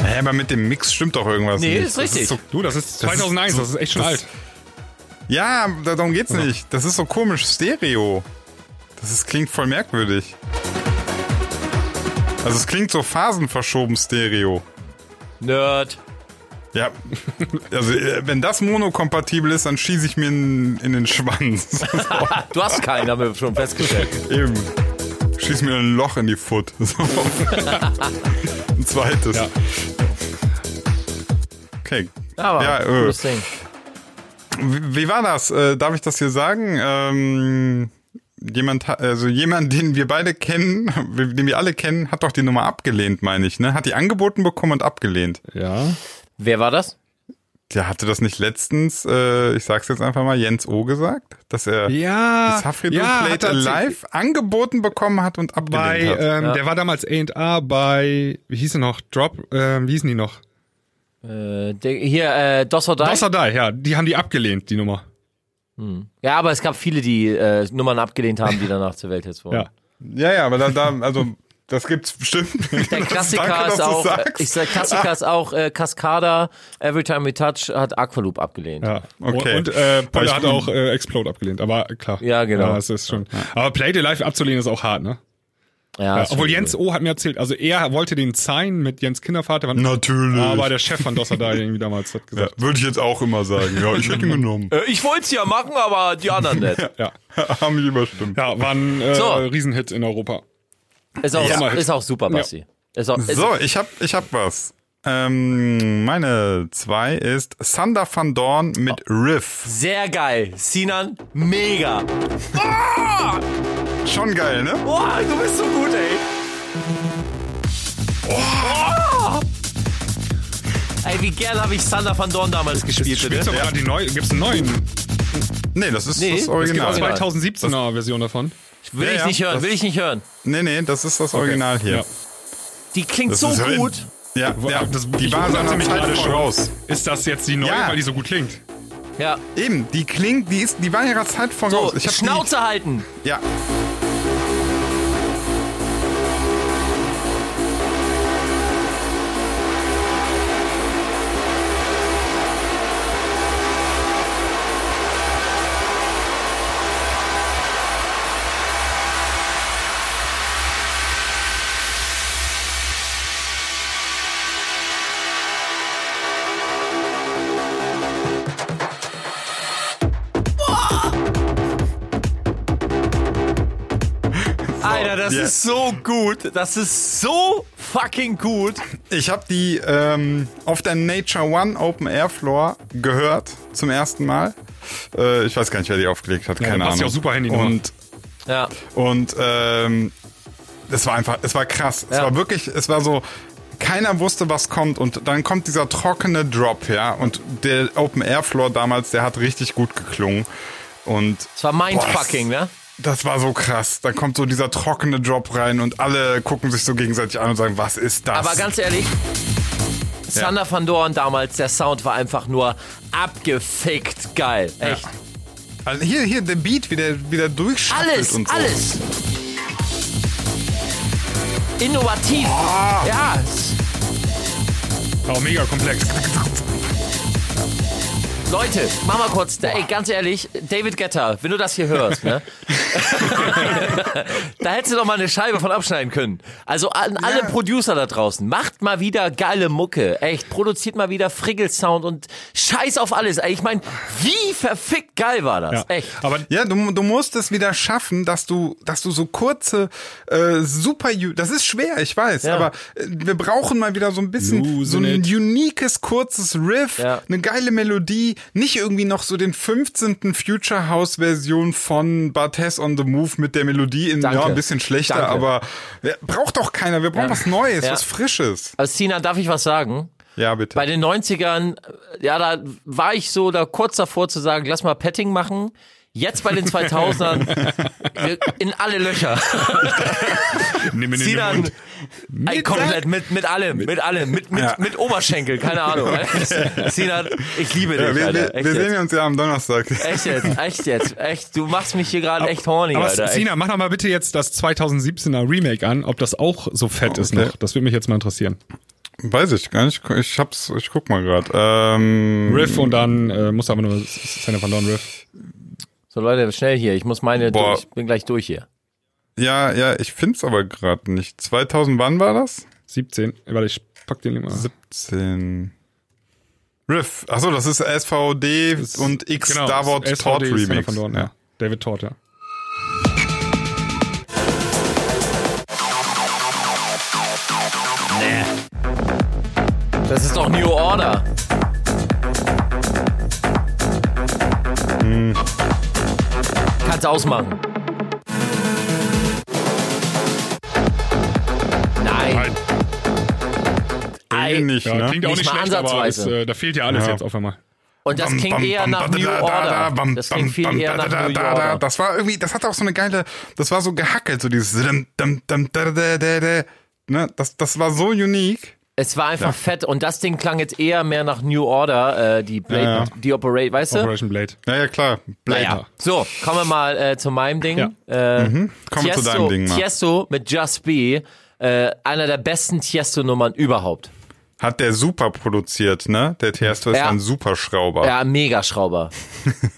Speaker 3: Hä, aber mit dem Mix stimmt doch irgendwas
Speaker 1: Nee,
Speaker 3: nicht.
Speaker 1: ist
Speaker 3: Das
Speaker 1: richtig.
Speaker 3: so,
Speaker 2: Du, das ist
Speaker 3: Das ist
Speaker 2: 2001,
Speaker 3: so-
Speaker 2: das ist echt schon
Speaker 3: das-
Speaker 2: alt.
Speaker 3: ja, darum geht's nicht. Das ist so komisch Stereo. Das ist, klingt voll merkwürdig. Also es klingt so phasenverschoben Stereo.
Speaker 1: Nerd.
Speaker 3: Ja, also äh, wenn das monokompatibel ist, dann schieße ich mir in, in den Schwanz.
Speaker 1: Du hast keinen, haben wir schon festgestellt.
Speaker 3: Eben. Schieß mir ein Loch in die Foot. So. ein zweites.
Speaker 2: Ja.
Speaker 3: Okay.
Speaker 1: Aber
Speaker 3: ja, äh,
Speaker 1: cooles Ding.
Speaker 3: wie wie war das? Äh, darf ich das hier sagen? Ähm, jemand, ha- also jemand, den wir beide kennen, den wir alle kennen, hat doch die Nummer abgelehnt, meine ich. Ne? Hat die angeboten bekommen und abgelehnt.
Speaker 2: Ja.
Speaker 1: Wer war das?
Speaker 3: Der hatte das nicht letztens, äh, ich sag's jetzt einfach mal, Jens O gesagt, dass er
Speaker 2: Ja.
Speaker 3: die Safri
Speaker 2: ja,
Speaker 3: Played
Speaker 2: hat er erzählt.
Speaker 3: Alive angeboten bekommen hat und
Speaker 2: bei,
Speaker 3: abgelehnt hat.
Speaker 2: ähm, der war damals A&R bei, wie hieß er noch? Drop, ähm, wie hießen die noch?
Speaker 1: Äh, der, hier, äh, Dos or Die?
Speaker 2: Außer da, ja, die haben die abgelehnt, die Nummer.
Speaker 1: Ja, aber es gab viele, die äh, Nummern abgelehnt haben, die danach zur Welt jetzt wurden.
Speaker 2: Ja.
Speaker 3: Ja, ja, aber da, da also das gibt's bestimmt.
Speaker 1: Der Klassiker
Speaker 3: Danke, dass
Speaker 1: ist
Speaker 3: du
Speaker 1: auch, äh,
Speaker 3: sagst.
Speaker 1: ich sag, Klassiker ist auch äh, Cascada, Every Time We Touch hat Aqualoop abgelehnt.
Speaker 2: Ja,
Speaker 3: Okay.
Speaker 2: Und äh,
Speaker 3: Aber ich-
Speaker 2: Pulle hat auch äh, Explode abgelehnt, aber klar.
Speaker 1: Ja, genau.
Speaker 2: Ja, das ist schon. Aber Play the Life abzulehnen ist auch hart, ne?
Speaker 1: Ja,
Speaker 2: Ja,
Speaker 1: ist
Speaker 2: obwohl
Speaker 1: schon
Speaker 2: Jens
Speaker 1: cool.
Speaker 2: O hat mir erzählt, also er wollte den Zein mit Jens Kindervater, fand-
Speaker 3: Natürlich.
Speaker 2: aber der Chef von Dosser da irgendwie damals hat
Speaker 3: ja,
Speaker 2: gesagt.
Speaker 3: würde ich jetzt auch immer sagen. Ja, ich hätte ihn genommen.
Speaker 1: Äh, ich wollte es ja machen, aber die anderen nicht.
Speaker 2: Ja,
Speaker 3: Haben mich überstimmt.
Speaker 2: ja war ein äh,
Speaker 1: So.
Speaker 2: Riesenhit in Europa.
Speaker 1: Ist auch,
Speaker 2: Ja.
Speaker 1: ist auch super, Basti. Ist auch, ist,
Speaker 3: So, ich hab, ich hab was. Ähm, meine zwei ist Sander van Dorn mit Riff.
Speaker 1: Sehr geil. Sinan, mega.
Speaker 3: Schon geil, ne?
Speaker 1: Boah, du bist so gut, ey. Oh. Ey, wie gern habe ich Sander van Dorn damals gespielt,
Speaker 2: Spielst
Speaker 1: bitte.
Speaker 2: du gerade die neue, gibt's einen neuen genau,
Speaker 3: Nee, das ist
Speaker 1: Nee,
Speaker 3: das
Speaker 1: es gibt
Speaker 3: Original.
Speaker 1: Original.
Speaker 2: 2017er Version davon?
Speaker 1: Will
Speaker 3: Ja,
Speaker 1: ich
Speaker 3: ja,
Speaker 1: nicht hören,
Speaker 3: das-
Speaker 1: will ich nicht hören.
Speaker 3: Nee, nee, das ist das Original hier.
Speaker 2: Ja.
Speaker 1: Die klingt
Speaker 3: Das
Speaker 1: so
Speaker 3: ist halt-
Speaker 1: gut.
Speaker 3: Ja, ja,
Speaker 2: das-
Speaker 3: die halt
Speaker 2: ich
Speaker 3: war
Speaker 2: wunderte
Speaker 3: seiner
Speaker 2: mich
Speaker 3: Zeit
Speaker 2: gerade schon.
Speaker 3: voraus.
Speaker 2: Ist das jetzt die neue,
Speaker 3: Ja.
Speaker 2: weil die so gut klingt?
Speaker 1: Ja.
Speaker 3: Eben, die klingt, die ist, die war ihrer Zeit voraus.
Speaker 1: So,
Speaker 3: ich hab
Speaker 1: Schnauze halten.
Speaker 3: Die, ja.
Speaker 1: Alter, das
Speaker 3: ja.
Speaker 1: ist so gut. Das ist so fucking gut.
Speaker 3: Ich habe die ähm, auf der Nature One Open Air Floor gehört zum ersten Mal. Äh, ich weiß gar nicht, wer die aufgelegt hat, keine
Speaker 2: passt
Speaker 3: Ahnung.
Speaker 2: ja auch super Handynummer.
Speaker 3: und
Speaker 1: Ja.
Speaker 3: und ähm, es war einfach, es war krass. Es
Speaker 1: Ja.
Speaker 3: war wirklich, es war so, keiner wusste, was kommt. Und dann kommt dieser trockene Drop, ja. Und der Open Air Floor damals, der hat richtig gut geklungen. Und
Speaker 1: Das war mindfucking,
Speaker 3: Boah,
Speaker 1: ne?
Speaker 3: das war so krass. Da kommt so dieser trockene Drop rein und alle gucken sich so gegenseitig an und sagen, was ist das?
Speaker 1: Aber ganz ehrlich, Sander van Dorn damals, der Sound war einfach nur abgefickt geil. Echt.
Speaker 3: Also hier, hier, der Beat, wie der, wie der durchschattelt
Speaker 1: Alles,
Speaker 3: und so.
Speaker 1: alles. Innovativ. Ja. es-
Speaker 2: Auch mega komplex.
Speaker 1: Leute, mach mal kurz, da, ey, ganz ehrlich, David Getter, wenn du das hier hörst, ne? da hättest du doch mal eine Scheibe von abschneiden können. Also an alle Producer da draußen, macht mal wieder geile Mucke. Echt, produziert mal wieder Friggelsound und scheiß auf alles. Ey, ich meine, wie verfickt geil war das?
Speaker 2: Ja.
Speaker 1: Echt.
Speaker 2: Aber
Speaker 3: Ja, du, du musst es wieder schaffen, dass du, dass du so kurze, äh, super, u- das ist schwer, ich weiß,
Speaker 1: Ja.
Speaker 3: aber äh, wir brauchen mal wieder so ein bisschen
Speaker 2: Loosen
Speaker 3: so ein
Speaker 2: it.
Speaker 3: uniques, kurzes Riff,
Speaker 1: Ja.
Speaker 3: eine geile Melodie, nicht irgendwie noch so den 15. Future House Version von Bartes on the Move mit der Melodie in,
Speaker 1: Danke.
Speaker 3: ja, ein bisschen schlechter,
Speaker 1: Danke.
Speaker 3: aber ja, braucht doch keiner. Wir brauchen
Speaker 1: Ja.
Speaker 3: was Neues,
Speaker 1: Ja.
Speaker 3: was Frisches.
Speaker 1: Also Tina, darf ich was sagen?
Speaker 3: Ja, bitte.
Speaker 1: Bei den 90ern, ja, da war ich so da kurz davor zu sagen, lass mal Petting machen. Jetzt bei den 2000ern, wir- in alle Löcher.
Speaker 2: Nimm ihn in den
Speaker 1: Sinan,
Speaker 2: Mund.
Speaker 1: ey, komplett halt mit, mit allem, mit allem, mit, mit,
Speaker 3: Ja.
Speaker 1: mit Oberschenkel, keine Ahnung. Sinan, ich liebe dich,
Speaker 3: ja, wir,
Speaker 1: Alter.
Speaker 3: wir,
Speaker 1: Echt
Speaker 3: wir
Speaker 1: jetzt.
Speaker 3: sehen uns ja am Donnerstag.
Speaker 1: Echt jetzt, echt jetzt, echt. Du machst mich hier gerade echt horny,
Speaker 2: Aber
Speaker 1: Alter. Echt.
Speaker 2: Sina, mach doch mal bitte jetzt das 2017er Remake an, ob das auch so fett ist
Speaker 3: Oh, okay.
Speaker 2: noch. Das würde mich jetzt mal interessieren.
Speaker 3: Weiß ich gar nicht. Ich hab's, ich guck mal gerade. Ähm,
Speaker 2: Riff und dann äh, muss aber nur Santa Van Dorn Riff.
Speaker 1: So Leute, schnell hier, ich muss meine,
Speaker 3: Boah.
Speaker 1: durch, ich bin gleich durch hier.
Speaker 3: Ja, ja, ich find's aber gerade nicht. 2000, wann war das?
Speaker 2: 17. Warte, ich pack den immer.
Speaker 3: 10. Riff. Achso, das ist SVD und X Star Wars
Speaker 2: SVD
Speaker 3: Todd
Speaker 2: genau, Santa
Speaker 3: Remix.
Speaker 2: Van Dorn, ja. David Todd, ja.
Speaker 1: Das ist doch New Order. Kannst ausmachen. Nein.
Speaker 3: Irgendwie nicht,
Speaker 2: ja
Speaker 3: ne?
Speaker 2: Klingt auch
Speaker 1: Nicht
Speaker 2: nicht,
Speaker 1: mal
Speaker 2: schlecht, aber es,
Speaker 1: ansatzweise.
Speaker 2: äh, da fehlt ja alles
Speaker 3: Ja.
Speaker 2: jetzt auf einmal.
Speaker 1: Und das
Speaker 3: Bam,
Speaker 1: klingt
Speaker 3: bam,
Speaker 1: eher
Speaker 3: bam,
Speaker 1: nach
Speaker 3: bam,
Speaker 1: New
Speaker 3: da, da, da,
Speaker 1: Order.
Speaker 3: bam,
Speaker 1: Das
Speaker 3: bam,
Speaker 1: klingt viel
Speaker 3: bam,
Speaker 1: eher
Speaker 3: da,
Speaker 1: nach
Speaker 3: da,
Speaker 1: New
Speaker 3: da, da.
Speaker 1: Order.
Speaker 3: Das war irgendwie, das hatte auch so eine geile, das war so gehackelt, so dieses dum, dum, dum, da, da, da, da. Ne? Das, das war so unique.
Speaker 1: Es war einfach fett und das Ding klang jetzt eher mehr nach New Order, äh, die Blade,
Speaker 3: Ja, ja.
Speaker 1: die Operate, weißt du?
Speaker 2: Operation Blade.
Speaker 3: Ja, ja, klar. Blade.
Speaker 1: Naja. So, kommen wir mal äh, zu meinem Ding. Äh,
Speaker 3: Kommen wir zu
Speaker 1: Tiesto-
Speaker 3: deinem Ding mal.
Speaker 1: Tiesto mit Just Be, äh, einer der besten Tiesto-Nummern überhaupt.
Speaker 3: Hat der super produziert, ne? Der Tiesto ist
Speaker 1: Ja.
Speaker 3: ein Superschrauber.
Speaker 1: Ja, Megaschrauber.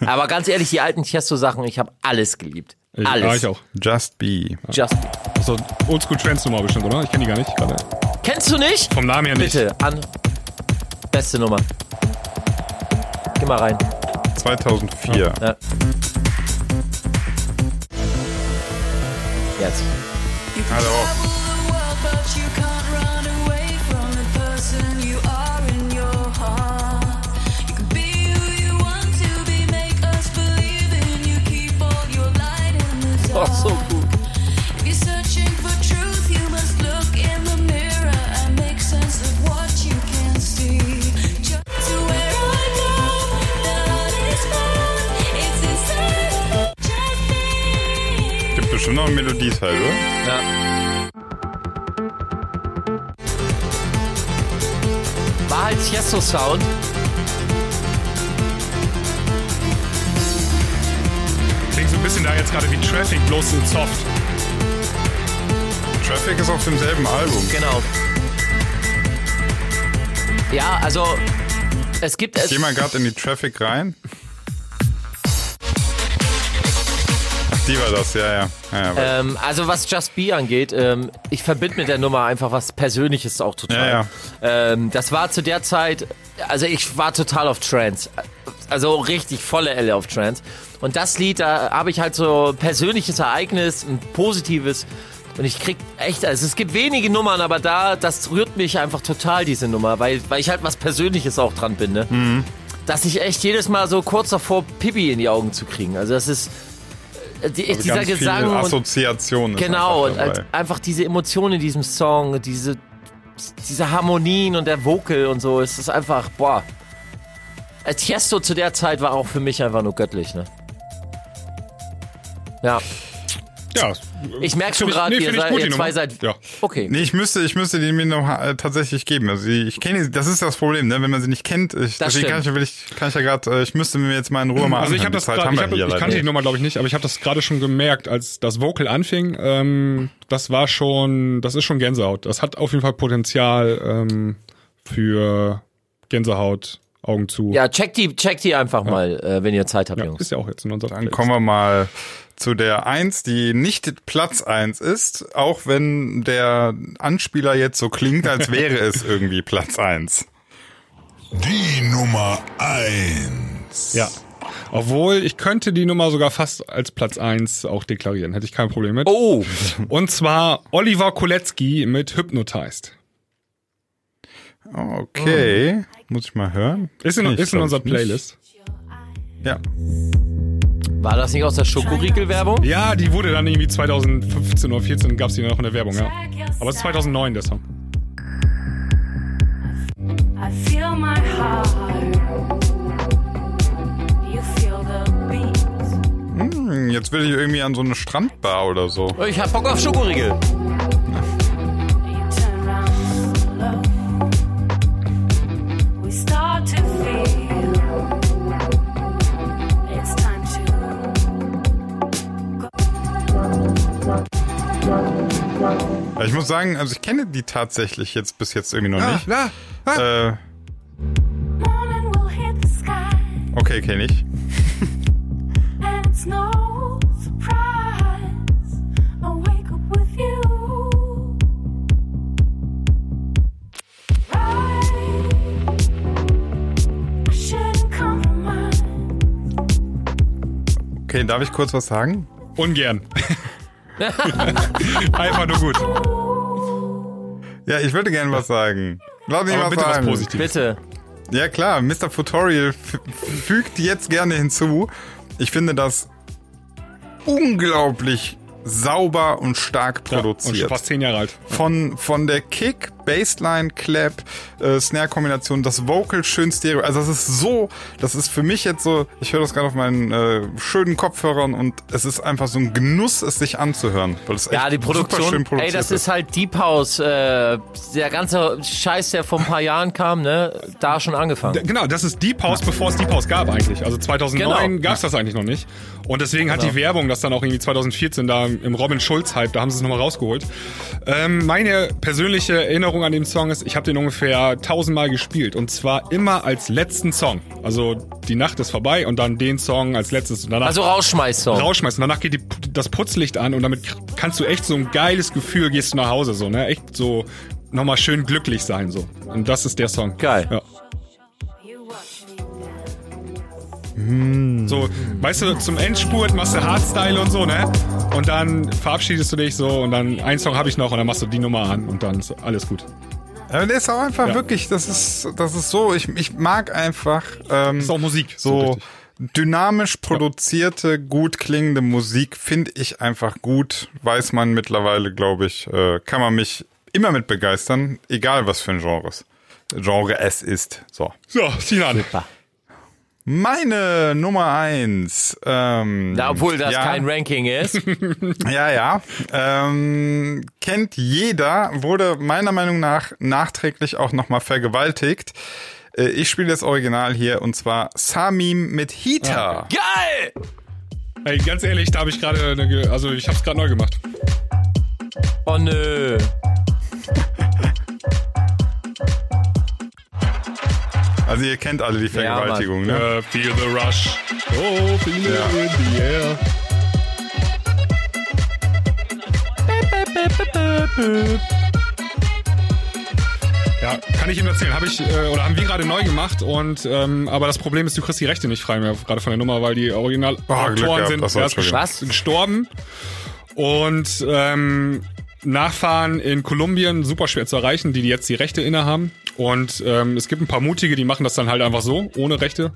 Speaker 1: Aber ganz ehrlich, die alten Tiesto-Sachen, ich habe alles geliebt.
Speaker 2: Ich,
Speaker 1: Alles.
Speaker 2: Ja, ich auch.
Speaker 3: Just Be.
Speaker 1: Just
Speaker 2: So, Oldschool Trends Nummer bestimmt, oder? Ich kenne die gar nicht. Warte.
Speaker 1: Kennst du nicht?
Speaker 2: Vom Namen her nicht.
Speaker 1: Bitte, an. Beste Nummer. Geh mal rein.
Speaker 3: 2004.
Speaker 1: Ja. Jetzt.
Speaker 3: Hallo.
Speaker 1: Oh, so gut.
Speaker 3: Gibt bestimmt noch einen Melodieteil, oder?
Speaker 1: Ja. War halt Tiesto Sound.
Speaker 2: Klingt so ein bisschen da jetzt gerade wie Traffic, bloß in Soft.
Speaker 3: Traffic ist auf demselben Album.
Speaker 1: Genau. Ja, also es gibt es.
Speaker 3: Geh mal gerade in die Traffic rein. Ach, die war das, ja, ja. ja, ja,
Speaker 1: Ähm, also was Just Be angeht, ähm, ich verbinde mit der Nummer einfach was Persönliches auch total.
Speaker 3: Ja,
Speaker 1: Ähm, das war zu der Zeit, also ich war total auf Trance. Also richtig volle Elle auf Trance. Und das Lied, da habe ich halt so ein persönliches Ereignis, ein positives. Und ich krieg echt, also es gibt wenige Nummern, aber da, das rührt mich einfach total, diese Nummer, weil, weil ich halt was Persönliches auch dran bin, ne?
Speaker 3: Mhm.
Speaker 1: Dass ich echt jedes Mal so kurz davor Pipi in die Augen zu kriegen. Also das ist, äh, die,
Speaker 3: Also
Speaker 1: dieser
Speaker 3: ganz viele
Speaker 1: Gesang und
Speaker 3: Assoziationen. ist
Speaker 1: Genau,
Speaker 3: einfach
Speaker 1: und
Speaker 3: dabei.
Speaker 1: als, einfach diese Emotionen in diesem Song, diese, diese Harmonien und der Vocal und so, es ist einfach, boah. Äh, Tiesto zu der Zeit war auch für mich einfach nur göttlich, ne? Ja,
Speaker 2: Ja.
Speaker 1: ich merke schon
Speaker 2: Find
Speaker 1: gerade,
Speaker 2: ich- nee,
Speaker 1: ihr,
Speaker 2: find ich
Speaker 1: seid,
Speaker 2: gut, die
Speaker 1: ihr zwei
Speaker 2: Nummer.
Speaker 1: seid.
Speaker 2: Ja.
Speaker 1: Okay.
Speaker 3: Nee, ich müsste, ich müsste die mir noch äh, tatsächlich geben. Also die- ich kenne, sie- das ist das Problem, ne? wenn man sie nicht kennt. Ich,
Speaker 1: Das
Speaker 3: deswegen kann
Speaker 1: stimmt.
Speaker 3: ich, will ich, kann ich ja gerade, äh, ich müsste mir jetzt mal in Ruhe mal
Speaker 2: Also ich
Speaker 3: anhören.
Speaker 2: habe das
Speaker 3: Hm, Die Zeit
Speaker 2: gerade, ich, hab,
Speaker 3: wir
Speaker 2: ich
Speaker 3: leider
Speaker 2: kannte die
Speaker 3: nicht.
Speaker 2: Nummer glaube ich nicht, aber ich habe das gerade schon gemerkt, als das Vocal anfing. Ähm, das war schon, das ist schon Gänsehaut. Das hat auf jeden Fall Potenzial ähm, für Gänsehaut, Augen zu.
Speaker 1: Ja, check die, check die einfach mal, äh, wenn ihr Zeit habt,
Speaker 2: Ja,
Speaker 1: Jungs.
Speaker 2: ist ja auch jetzt in unserer
Speaker 3: Dann kommen wir mal zu der 1, die nicht Platz 1 ist, auch wenn der Anspieler jetzt so klingt, als wäre es irgendwie Platz 1.
Speaker 4: Die Nummer 1.
Speaker 2: Ja. Obwohl, ich könnte die Nummer sogar fast als Platz 1 auch deklarieren. Hätte ich kein Problem mit.
Speaker 1: Oh,
Speaker 2: Und zwar Oliver Kolecki mit Hypnotized.
Speaker 3: Okay, muss ich mal hören.
Speaker 2: Ist in,
Speaker 3: Kenn ich,
Speaker 2: ist in
Speaker 3: glaub
Speaker 2: unserer
Speaker 3: ich, nicht.
Speaker 2: Playlist.
Speaker 3: Ja.
Speaker 1: War das nicht aus der Schokoriegel-Werbung?
Speaker 2: Ja, die wurde dann irgendwie 2015 oder 14 gab's die noch in der Werbung, ja. Aber es ist 2009 der Song.
Speaker 7: I feel my heart. You feel the beat.
Speaker 3: Hm, jetzt will ich irgendwie an so eine Strandbar oder so.
Speaker 1: Ich hab Bock auf Schokoriegel.
Speaker 7: You turn round slow. We start to feel it's time to
Speaker 3: Ja, Ich muss sagen, also ich kenne die tatsächlich jetzt bis jetzt irgendwie noch nicht.
Speaker 2: Ah, ah.
Speaker 3: Äh,
Speaker 7: morning. We'll hit the sky,
Speaker 3: okay, kenne ich.
Speaker 7: and it's no surprise. I wake up with you. Right, I shouldn't compromise.
Speaker 3: Okay, darf ich kurz was sagen?
Speaker 2: Ungern. Einfach nur gut.
Speaker 3: Ja, ich würde gerne was sagen. Lass mich
Speaker 2: Aber
Speaker 3: was
Speaker 2: bitte was
Speaker 3: sagen.
Speaker 2: Positives.
Speaker 1: Bitte.
Speaker 3: Ja klar, Mr. Tutorial fügt jetzt gerne hinzu. Ich finde das unglaublich sauber und stark
Speaker 2: Ja,
Speaker 3: produziert.
Speaker 2: Und schon fast zehn Jahre alt.
Speaker 3: von, von der Kick, Bassline, Clap, äh, Snare-Kombination, das Vocal schön stereo. Also das ist so, das ist für mich jetzt so, ich höre das gerade auf meinen äh, schönen Kopfhörern und es ist einfach so ein Genuss, es sich anzuhören. Weil es
Speaker 1: Ja,
Speaker 3: echt
Speaker 1: die
Speaker 3: super schön
Speaker 1: Produktion.
Speaker 3: produziert
Speaker 1: Ey, das ist halt Deep House. Äh, der ganze Scheiß, der vor ein paar Jahren kam, ne? Da schon
Speaker 2: D-
Speaker 1: angefangen.
Speaker 2: Genau, das ist Deep House, bevor es Deep House gab eigentlich. Also 2009
Speaker 1: Genau.
Speaker 2: gab's das eigentlich noch nicht. Und deswegen hat
Speaker 1: Genau.
Speaker 2: die Werbung das dann auch irgendwie 2014 da im Robin Schulz-Hype, da haben sie es nochmal rausgeholt. Ähm, meine persönliche Erinnerung an den Song ist, ich habe den ungefähr tausendmal gespielt. Und zwar immer als letzten Song. Also die Nacht ist vorbei und dann den Song als letztes. Und danach
Speaker 1: Also Rausschmeißsong.
Speaker 2: rausschmeißen. Danach geht die, das Putzlicht an und damit k- kannst du echt so ein geiles Gefühl, gehst du nach Hause so, ne? Echt so nochmal schön glücklich sein so. Und das ist der Song.
Speaker 1: Geil.
Speaker 2: Ja.
Speaker 7: You watch me down.
Speaker 2: So, weißt du, zum Endspurt machst du Hardstyle und so, ne? Und dann verabschiedest du dich so und dann ein Song habe ich noch und dann machst du die Nummer an und dann ist alles gut.
Speaker 3: Aber der ist auch einfach
Speaker 2: Ja.
Speaker 3: wirklich, das ist, das ist so, ich, ich mag einfach ähm,
Speaker 2: Ist auch Musik, so
Speaker 3: so
Speaker 2: richtig.
Speaker 3: dynamisch produzierte, gut klingende Musik finde ich einfach gut, weiß man mittlerweile, glaube ich, äh, kann man mich immer mit begeistern, egal was für ein Genre es, Genre es ist. So.
Speaker 2: So, zieh an.
Speaker 3: Meine Nummer eins. Ähm,
Speaker 1: Na, obwohl das
Speaker 3: ja,
Speaker 1: kein Ranking ist.
Speaker 3: Ja, ja. Ähm, kennt jeder, wurde meiner Meinung nach nachträglich auch nochmal vergewaltigt. Äh, Ich spiele das Original hier und zwar Samim mit Hita.
Speaker 1: Geil!
Speaker 2: Ey, ganz ehrlich, da habe ich gerade, eine ge- also ich habe es gerade neu gemacht.
Speaker 1: Oh nö.
Speaker 3: Also ihr kennt alle die Vergewaltigung, ne?
Speaker 2: Äh, feel the rush. Oh, feel it in the air. Ja, kann ich ihm erzählen. Habe ich äh, oder haben wir gerade neu gemacht und ähm, aber das Problem ist, du kriegst die Rechte nicht frei mehr gerade von der Nummer, weil die Original
Speaker 3: Ah, Glück
Speaker 2: Autoren
Speaker 3: gehabt.
Speaker 2: sind
Speaker 3: Ach so,
Speaker 2: erst
Speaker 3: Entschuldigung.
Speaker 1: Was?
Speaker 2: gestorben und ähm, Nachfahren in Kolumbien super schwer zu erreichen, die die jetzt die Rechte innehaben. Und ähm, es gibt ein paar mutige, die machen das dann halt einfach so, ohne Rechte.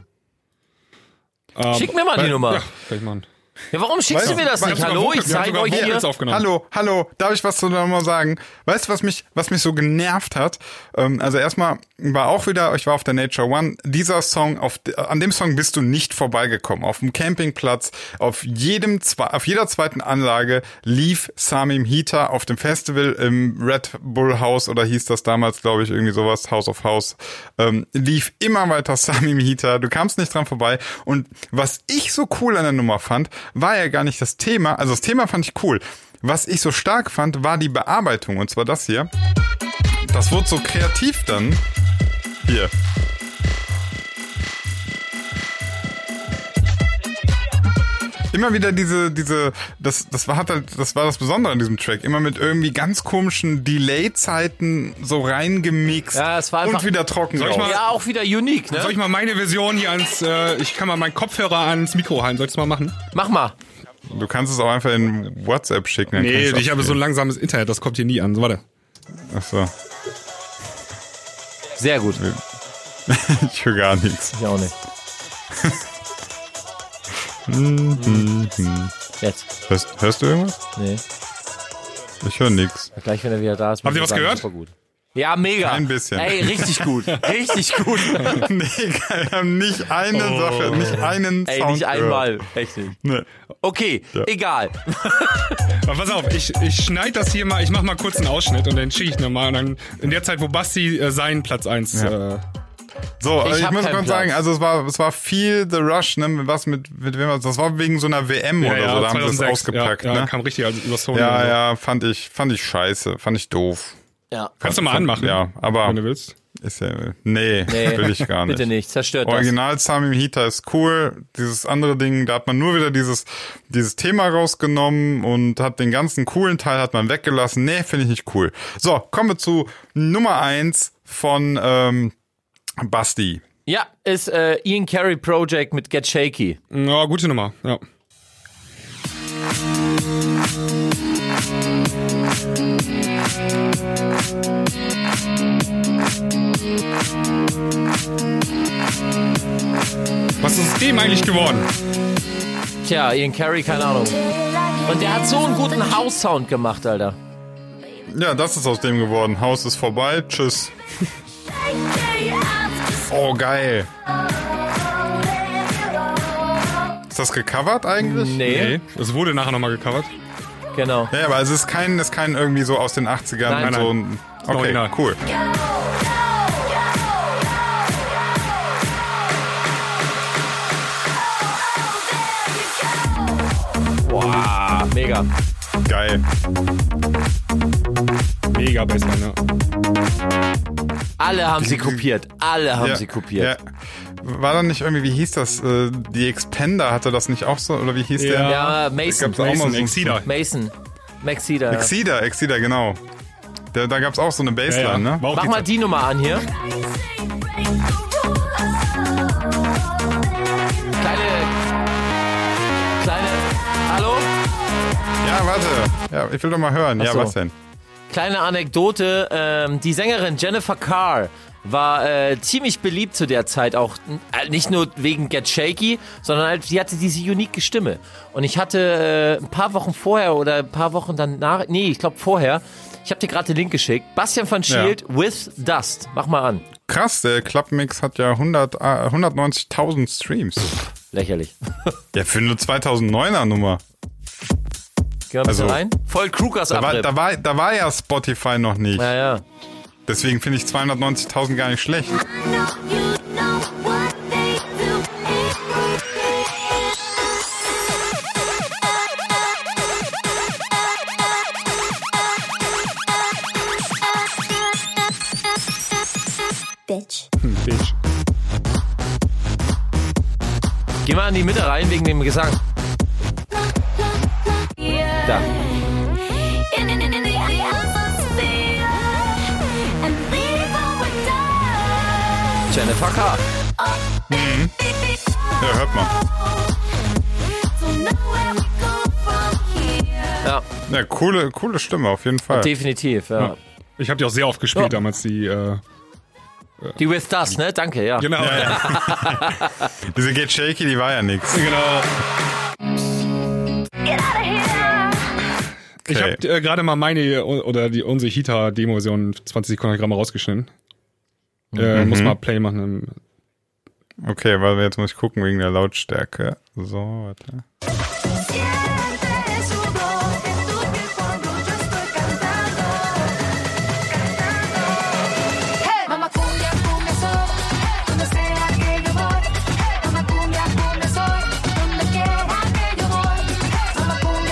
Speaker 2: Ähm,
Speaker 1: Schick mir mal die Nummer.
Speaker 2: Ja, vielleicht mal.
Speaker 1: Ja, warum schickst du
Speaker 3: Weißt
Speaker 1: mir
Speaker 3: du,
Speaker 1: das
Speaker 3: weißt
Speaker 1: nicht?
Speaker 2: du,
Speaker 1: Hallo,
Speaker 2: wir
Speaker 1: ich
Speaker 2: haben
Speaker 1: zeige
Speaker 2: sogar
Speaker 1: euch hier.
Speaker 2: Vocals aufgenommen.
Speaker 3: Hallo, hallo, darf ich was zu der Nummer sagen? Weißt du, was mich, was mich so genervt hat? Ähm, also erstmal war auch wieder, ich war auf der Nature One, dieser Song, auf, de- an dem Song bist du nicht vorbeigekommen. Auf dem Campingplatz, auf jedem, zwe- auf jeder zweiten Anlage lief Samim Hita auf dem Festival im Red Bull House oder hieß das damals, glaube ich, irgendwie sowas, House of House, ähm, lief immer weiter Samim Hita, du kamst nicht dran vorbei und was ich so cool an der Nummer fand, war ja gar nicht das Thema, also das Thema fand ich cool. Was ich so stark fand, war die Bearbeitung. Und zwar das hier. Das wurde so kreativ dann. Hier. Immer wieder diese, diese, das, das war hat halt, das war das Besondere an diesem Track. Immer mit irgendwie ganz komischen Delay-Zeiten so reingemixt
Speaker 1: Ja, es war
Speaker 3: und
Speaker 1: einfach-
Speaker 3: wieder trocken.
Speaker 2: Soll ich
Speaker 3: raus.
Speaker 2: mal-
Speaker 1: Ja, auch wieder unique,
Speaker 2: Soll
Speaker 1: ne?
Speaker 2: ich mal meine Version hier ans, äh, ich kann mal meinen Kopfhörer ans Mikro halten. Soll ich das mal machen?
Speaker 1: Mach mal.
Speaker 3: Du kannst es auch einfach in WhatsApp schicken. dann
Speaker 2: Nee,
Speaker 3: kannst du
Speaker 2: ich habe so ein
Speaker 3: abspielen.
Speaker 2: langsames Internet, das kommt hier nie an. So, warte.
Speaker 3: Ach so.
Speaker 1: Sehr gut.
Speaker 3: Ich höre gar nichts.
Speaker 1: Ich auch nicht. Jetzt.
Speaker 3: Hörst, hörst du irgendwas?
Speaker 1: Nee.
Speaker 3: Ich höre nichts.
Speaker 1: Gleich, wenn er wieder da ist. muss
Speaker 2: Habt ihr
Speaker 1: ich
Speaker 2: was
Speaker 1: sagen,
Speaker 2: gehört?
Speaker 1: Super gut. Ja, mega.
Speaker 3: Ein bisschen.
Speaker 1: Ey, richtig gut. Richtig gut.
Speaker 3: nee, geil, wir haben nicht eine
Speaker 2: Oh.
Speaker 3: Sache, nicht einen
Speaker 1: Ey,
Speaker 3: Sound.
Speaker 1: nicht
Speaker 3: gehört.
Speaker 1: einmal. Echt nicht.
Speaker 3: Nee.
Speaker 1: Okay, egal.
Speaker 2: Aber pass auf, ich, ich schneide das hier mal, ich mache mal kurz einen Ausschnitt und dann schicke ich nochmal. Und dann in der Zeit, wo Basti äh, seinen Platz 1 äh,
Speaker 3: So,
Speaker 1: Ich
Speaker 3: ich, ich
Speaker 1: hab
Speaker 3: muss
Speaker 1: keinen Platz.
Speaker 3: kurz sagen, also es war, es war viel The Rush, ne, was mit, mit wem war das? Das war wegen so einer WM oder so, da haben sie das ausgepackt,
Speaker 2: ja, ja,
Speaker 3: ne?
Speaker 2: kam richtig also übers Horn.
Speaker 3: Ja,
Speaker 2: Also.
Speaker 3: ja, fand ich, fand ich scheiße, fand ich doof.
Speaker 1: Ja.
Speaker 2: Kannst du mal anmachen,
Speaker 3: Ja, aber
Speaker 2: wenn du willst.
Speaker 3: ist ja, nee,
Speaker 1: Nee,
Speaker 3: will ich gar nicht.
Speaker 1: Bitte nicht, zerstört
Speaker 3: Original Samim Hita ist cool. Dieses andere Ding, da hat man nur wieder dieses, dieses Thema rausgenommen und hat den ganzen coolen Teil hat man weggelassen. Nee, finde ich nicht cool. So, kommen wir zu Nummer eins von ähm, Basti.
Speaker 1: das. Ja, ist äh, Ian Carey Project mit Get Shaky.
Speaker 2: Ja, gute Nummer. Ja. Was ist aus dem eigentlich geworden?
Speaker 1: Tja, Ian Carey, keine Ahnung. Und der hat so einen guten House-Sound gemacht, Alter.
Speaker 3: Ja, das ist aus dem geworden. Haus ist vorbei. Tschüss. Oh, geil. Ist das gecovert eigentlich?
Speaker 1: Nee,
Speaker 2: Nee, das wurde nachher nochmal gecovert.
Speaker 1: genau.
Speaker 3: Ja, aber es ist kein, es ist kein irgendwie so aus den 80ern.
Speaker 1: Nein,
Speaker 3: so
Speaker 2: nein.
Speaker 3: ein, okay,
Speaker 2: Original.
Speaker 3: cool.
Speaker 1: Boah, mega.
Speaker 3: Geil.
Speaker 2: Mega Bassline, ja.
Speaker 1: Alle haben sie kopiert. Alle haben
Speaker 3: Ja,
Speaker 1: sie kopiert.
Speaker 3: Ja. War dann nicht irgendwie, wie hieß das? äh, Die Expander hatte das nicht auch so? Oder wie hieß der?
Speaker 1: Ja,
Speaker 3: Ich
Speaker 1: Mason.
Speaker 3: glaub, auch mal
Speaker 2: Mason,
Speaker 3: so-
Speaker 2: Exceeder.
Speaker 1: Mason. Maxida. Ja.
Speaker 3: Exida, Exida, genau. Da, da gab's auch so eine Bassline,
Speaker 2: Ja, ja.
Speaker 3: ne?
Speaker 2: War auch
Speaker 1: Mach mal
Speaker 2: die-
Speaker 1: die Nummer an hier. Kleine. Kleine. Hallo?
Speaker 3: Ja, warte. Ja, ich will doch mal hören.
Speaker 1: Ach
Speaker 3: ja,
Speaker 1: so.
Speaker 3: was denn?
Speaker 1: Kleine Anekdote, ähm, die Sängerin Jennifer Carr war äh, ziemlich beliebt zu der Zeit auch, äh, nicht nur wegen Get Shaky, sondern halt, sie hatte diese unique Stimme. Und ich hatte äh, ein paar Wochen vorher oder ein paar Wochen danach, nee, ich glaube vorher, ich habe dir gerade den Link geschickt, Bastian van Schild with Dust. Mach mal an.
Speaker 3: Krass, der Clubmix hat ja 100, äh, 190.000 Streams.
Speaker 1: Lächerlich.
Speaker 3: Ja, für eine 2009er Nummer.
Speaker 1: Geh mal ein bisschen
Speaker 3: Also-
Speaker 1: rein. Voll Krugers
Speaker 3: Da war,
Speaker 1: Abrieb.
Speaker 3: da, war, da war ja Spotify noch nicht.
Speaker 1: ja, ja.
Speaker 3: Deswegen finde ich 290.000 gar nicht schlecht.
Speaker 6: Bitch.
Speaker 2: Hm, Bitch.
Speaker 1: Geh mal in die Mitte rein wegen dem Gesang. Da. Jennifer Carr.
Speaker 3: Ja, hört mal.
Speaker 1: Ja,
Speaker 3: Ja, coole, coole Stimme, auf jeden Fall.
Speaker 1: definitiv. Ja.
Speaker 2: Ich habe die auch sehr oft gespielt
Speaker 1: Ja.
Speaker 2: damals, die. Äh,
Speaker 1: Die With Dust, ne? Danke, ja.
Speaker 2: genau. Ja,
Speaker 3: Diese Get Shaky, die war ja nix.
Speaker 2: Genau. Ich
Speaker 3: Okay.
Speaker 2: habe äh, gerade mal meine oder die unsere Hita-Demo-Version 20 Sekunden rausgeschnitten.
Speaker 1: Mhm.
Speaker 2: Äh, muss mal Play machen. im-
Speaker 3: Okay, weil jetzt muss ich gucken wegen der Lautstärke. So, warte.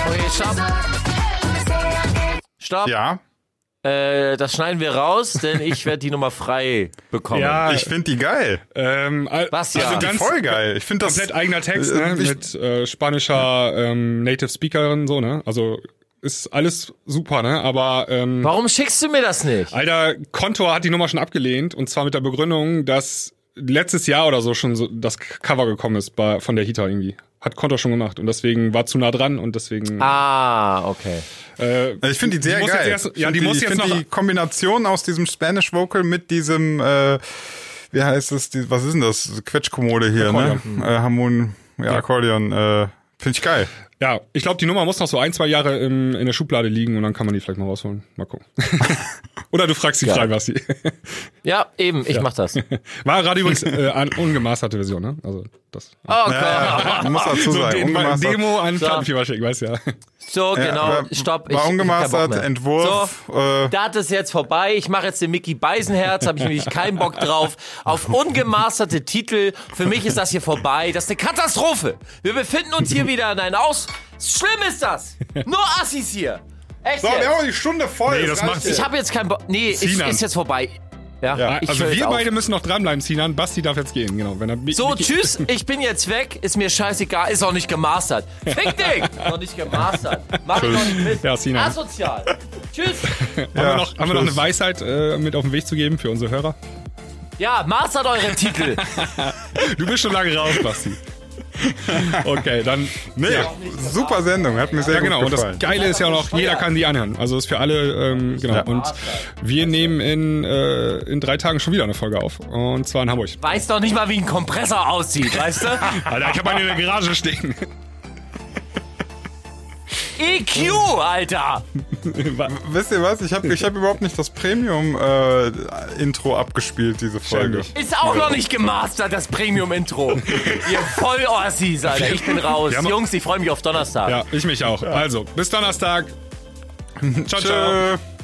Speaker 1: Okay, stopp. Stopp.
Speaker 3: Ja,
Speaker 1: Äh, das schneiden wir raus, denn ich werde die Nummer frei bekommen.
Speaker 2: Ja,
Speaker 3: ich finde die geil.
Speaker 2: ähm, al-
Speaker 1: Was, ja?
Speaker 2: also
Speaker 1: Die
Speaker 2: ganz
Speaker 3: Voll geil. Ich finde das
Speaker 2: komplett eigener Text, ne?
Speaker 3: Ich,
Speaker 2: Mit äh, spanischer ähm, Native Speakerin, so, ne? Also ist alles super, ne? Aber ähm,
Speaker 1: Warum schickst du mir das nicht?
Speaker 2: Alter, Kontor hat die Nummer schon abgelehnt und zwar mit der Begründung, dass letztes Jahr oder so schon so das Cover gekommen ist bei, von der Hita irgendwie. Hat Kontor schon gemacht und deswegen war zu nah dran und deswegen.
Speaker 1: Ah, okay.
Speaker 2: Äh,
Speaker 3: ich finde die sehr
Speaker 2: muss
Speaker 3: geil.
Speaker 2: Jetzt erst,
Speaker 3: Ich
Speaker 2: ja, die,
Speaker 3: find
Speaker 2: muss
Speaker 3: ich
Speaker 2: jetzt
Speaker 3: find
Speaker 2: noch.
Speaker 3: die Kombination aus diesem Spanish Vocal mit diesem, äh, wie heißt es, die, was ist denn das? Diese Quetschkommode hier, ne? Äh, Harmon. ja, Akkordeon, äh, finde ich geil.
Speaker 2: Ja, ich glaube, die Nummer muss noch so ein, zwei Jahre im, in der Schublade liegen und dann kann man die vielleicht mal rausholen. Mal gucken. Oder du fragst sie frei, Basti.
Speaker 1: Ja, eben, ich mach das.
Speaker 2: War gerade übrigens äh, eine ungemaßerte Version, ne? Also das.
Speaker 1: Oh Gott.
Speaker 3: Man Äh, muss
Speaker 2: so
Speaker 3: dazu sagen.
Speaker 2: den, mal
Speaker 3: ungemastert-
Speaker 2: Demo an
Speaker 1: So.
Speaker 2: Plattenfirma schicken, weißt ja.
Speaker 1: So,
Speaker 3: Ja,
Speaker 1: genau,
Speaker 3: war-
Speaker 1: stopp.
Speaker 3: War
Speaker 1: ich- ich hab
Speaker 3: ungemastert,
Speaker 1: keinen Bock mehr.
Speaker 3: Entwurf.
Speaker 1: So.
Speaker 3: äh,
Speaker 1: Das ist jetzt vorbei. Ich mache jetzt den Mickey Beisenherz. Habe ich nämlich keinen Bock drauf. Auf ungemasterte Titel. Für mich ist das hier vorbei. Das ist eine Katastrophe. Wir befinden uns hier wieder in einem Aus. Schlimm ist das. Nur Assis hier. Echt?
Speaker 3: so, wir
Speaker 1: jetzt?
Speaker 3: haben die Stunde voll.
Speaker 2: Nee, das
Speaker 3: reicht
Speaker 2: macht's.
Speaker 3: jetzt.
Speaker 1: Ich habe jetzt keinen Bock. Nee, ist,
Speaker 2: Sinan.
Speaker 1: ist jetzt vorbei. Ja, ich
Speaker 2: also
Speaker 1: höre jetzt
Speaker 2: wir
Speaker 1: auf.
Speaker 2: beide müssen noch dranbleiben, Sinan. Basti darf jetzt gehen, genau. Wenn er,
Speaker 1: So,
Speaker 2: Micky-
Speaker 1: tschüss, ich bin jetzt weg, ist mir scheißegal, ist auch nicht gemastert. Fick dich! noch nicht gemastert. Mach ich noch nicht mit.
Speaker 2: Ja, Sinan.
Speaker 1: Asozial. Tschüss.
Speaker 2: Haben, wir noch, haben wir noch eine
Speaker 3: tschüss.
Speaker 2: Weisheit äh, mit auf den Weg zu geben für unsere Hörer?
Speaker 1: Ja, mastert eure Titel.
Speaker 2: Du bist schon lange raus, Basti. Okay, dann.
Speaker 3: Nee,
Speaker 2: ja.
Speaker 3: super Sendung, hat mir sehr
Speaker 2: Ja, genau.
Speaker 3: gut
Speaker 2: Und das
Speaker 3: gefallen.
Speaker 2: Geile ist ja auch noch, jeder kann die anhören. Also ist für alle, ähm, genau. Und wir nehmen in, äh, in drei Tagen schon wieder eine Folge auf. Und zwar in Hamburg.
Speaker 1: Weiß doch nicht mal, wie ein Kompressor aussieht, weißt du?
Speaker 2: Alter, ich habe einen in der Garage stehen.
Speaker 1: EQ, E Alter.
Speaker 3: Wisst ihr was? Ich habe ich hab überhaupt nicht das Premium-Intro abgespielt, diese Folge.
Speaker 2: gut.
Speaker 1: Ist auch noch nicht gemastert, das Premium-Intro. Ihr Vollorsis, Alter. Ich bin raus.
Speaker 2: Wir haben-
Speaker 1: Jungs, ich freue mich auf Donnerstag.
Speaker 2: Ja, ich mich auch. Also, bis Donnerstag. Ciao, ciao.
Speaker 3: Tschö.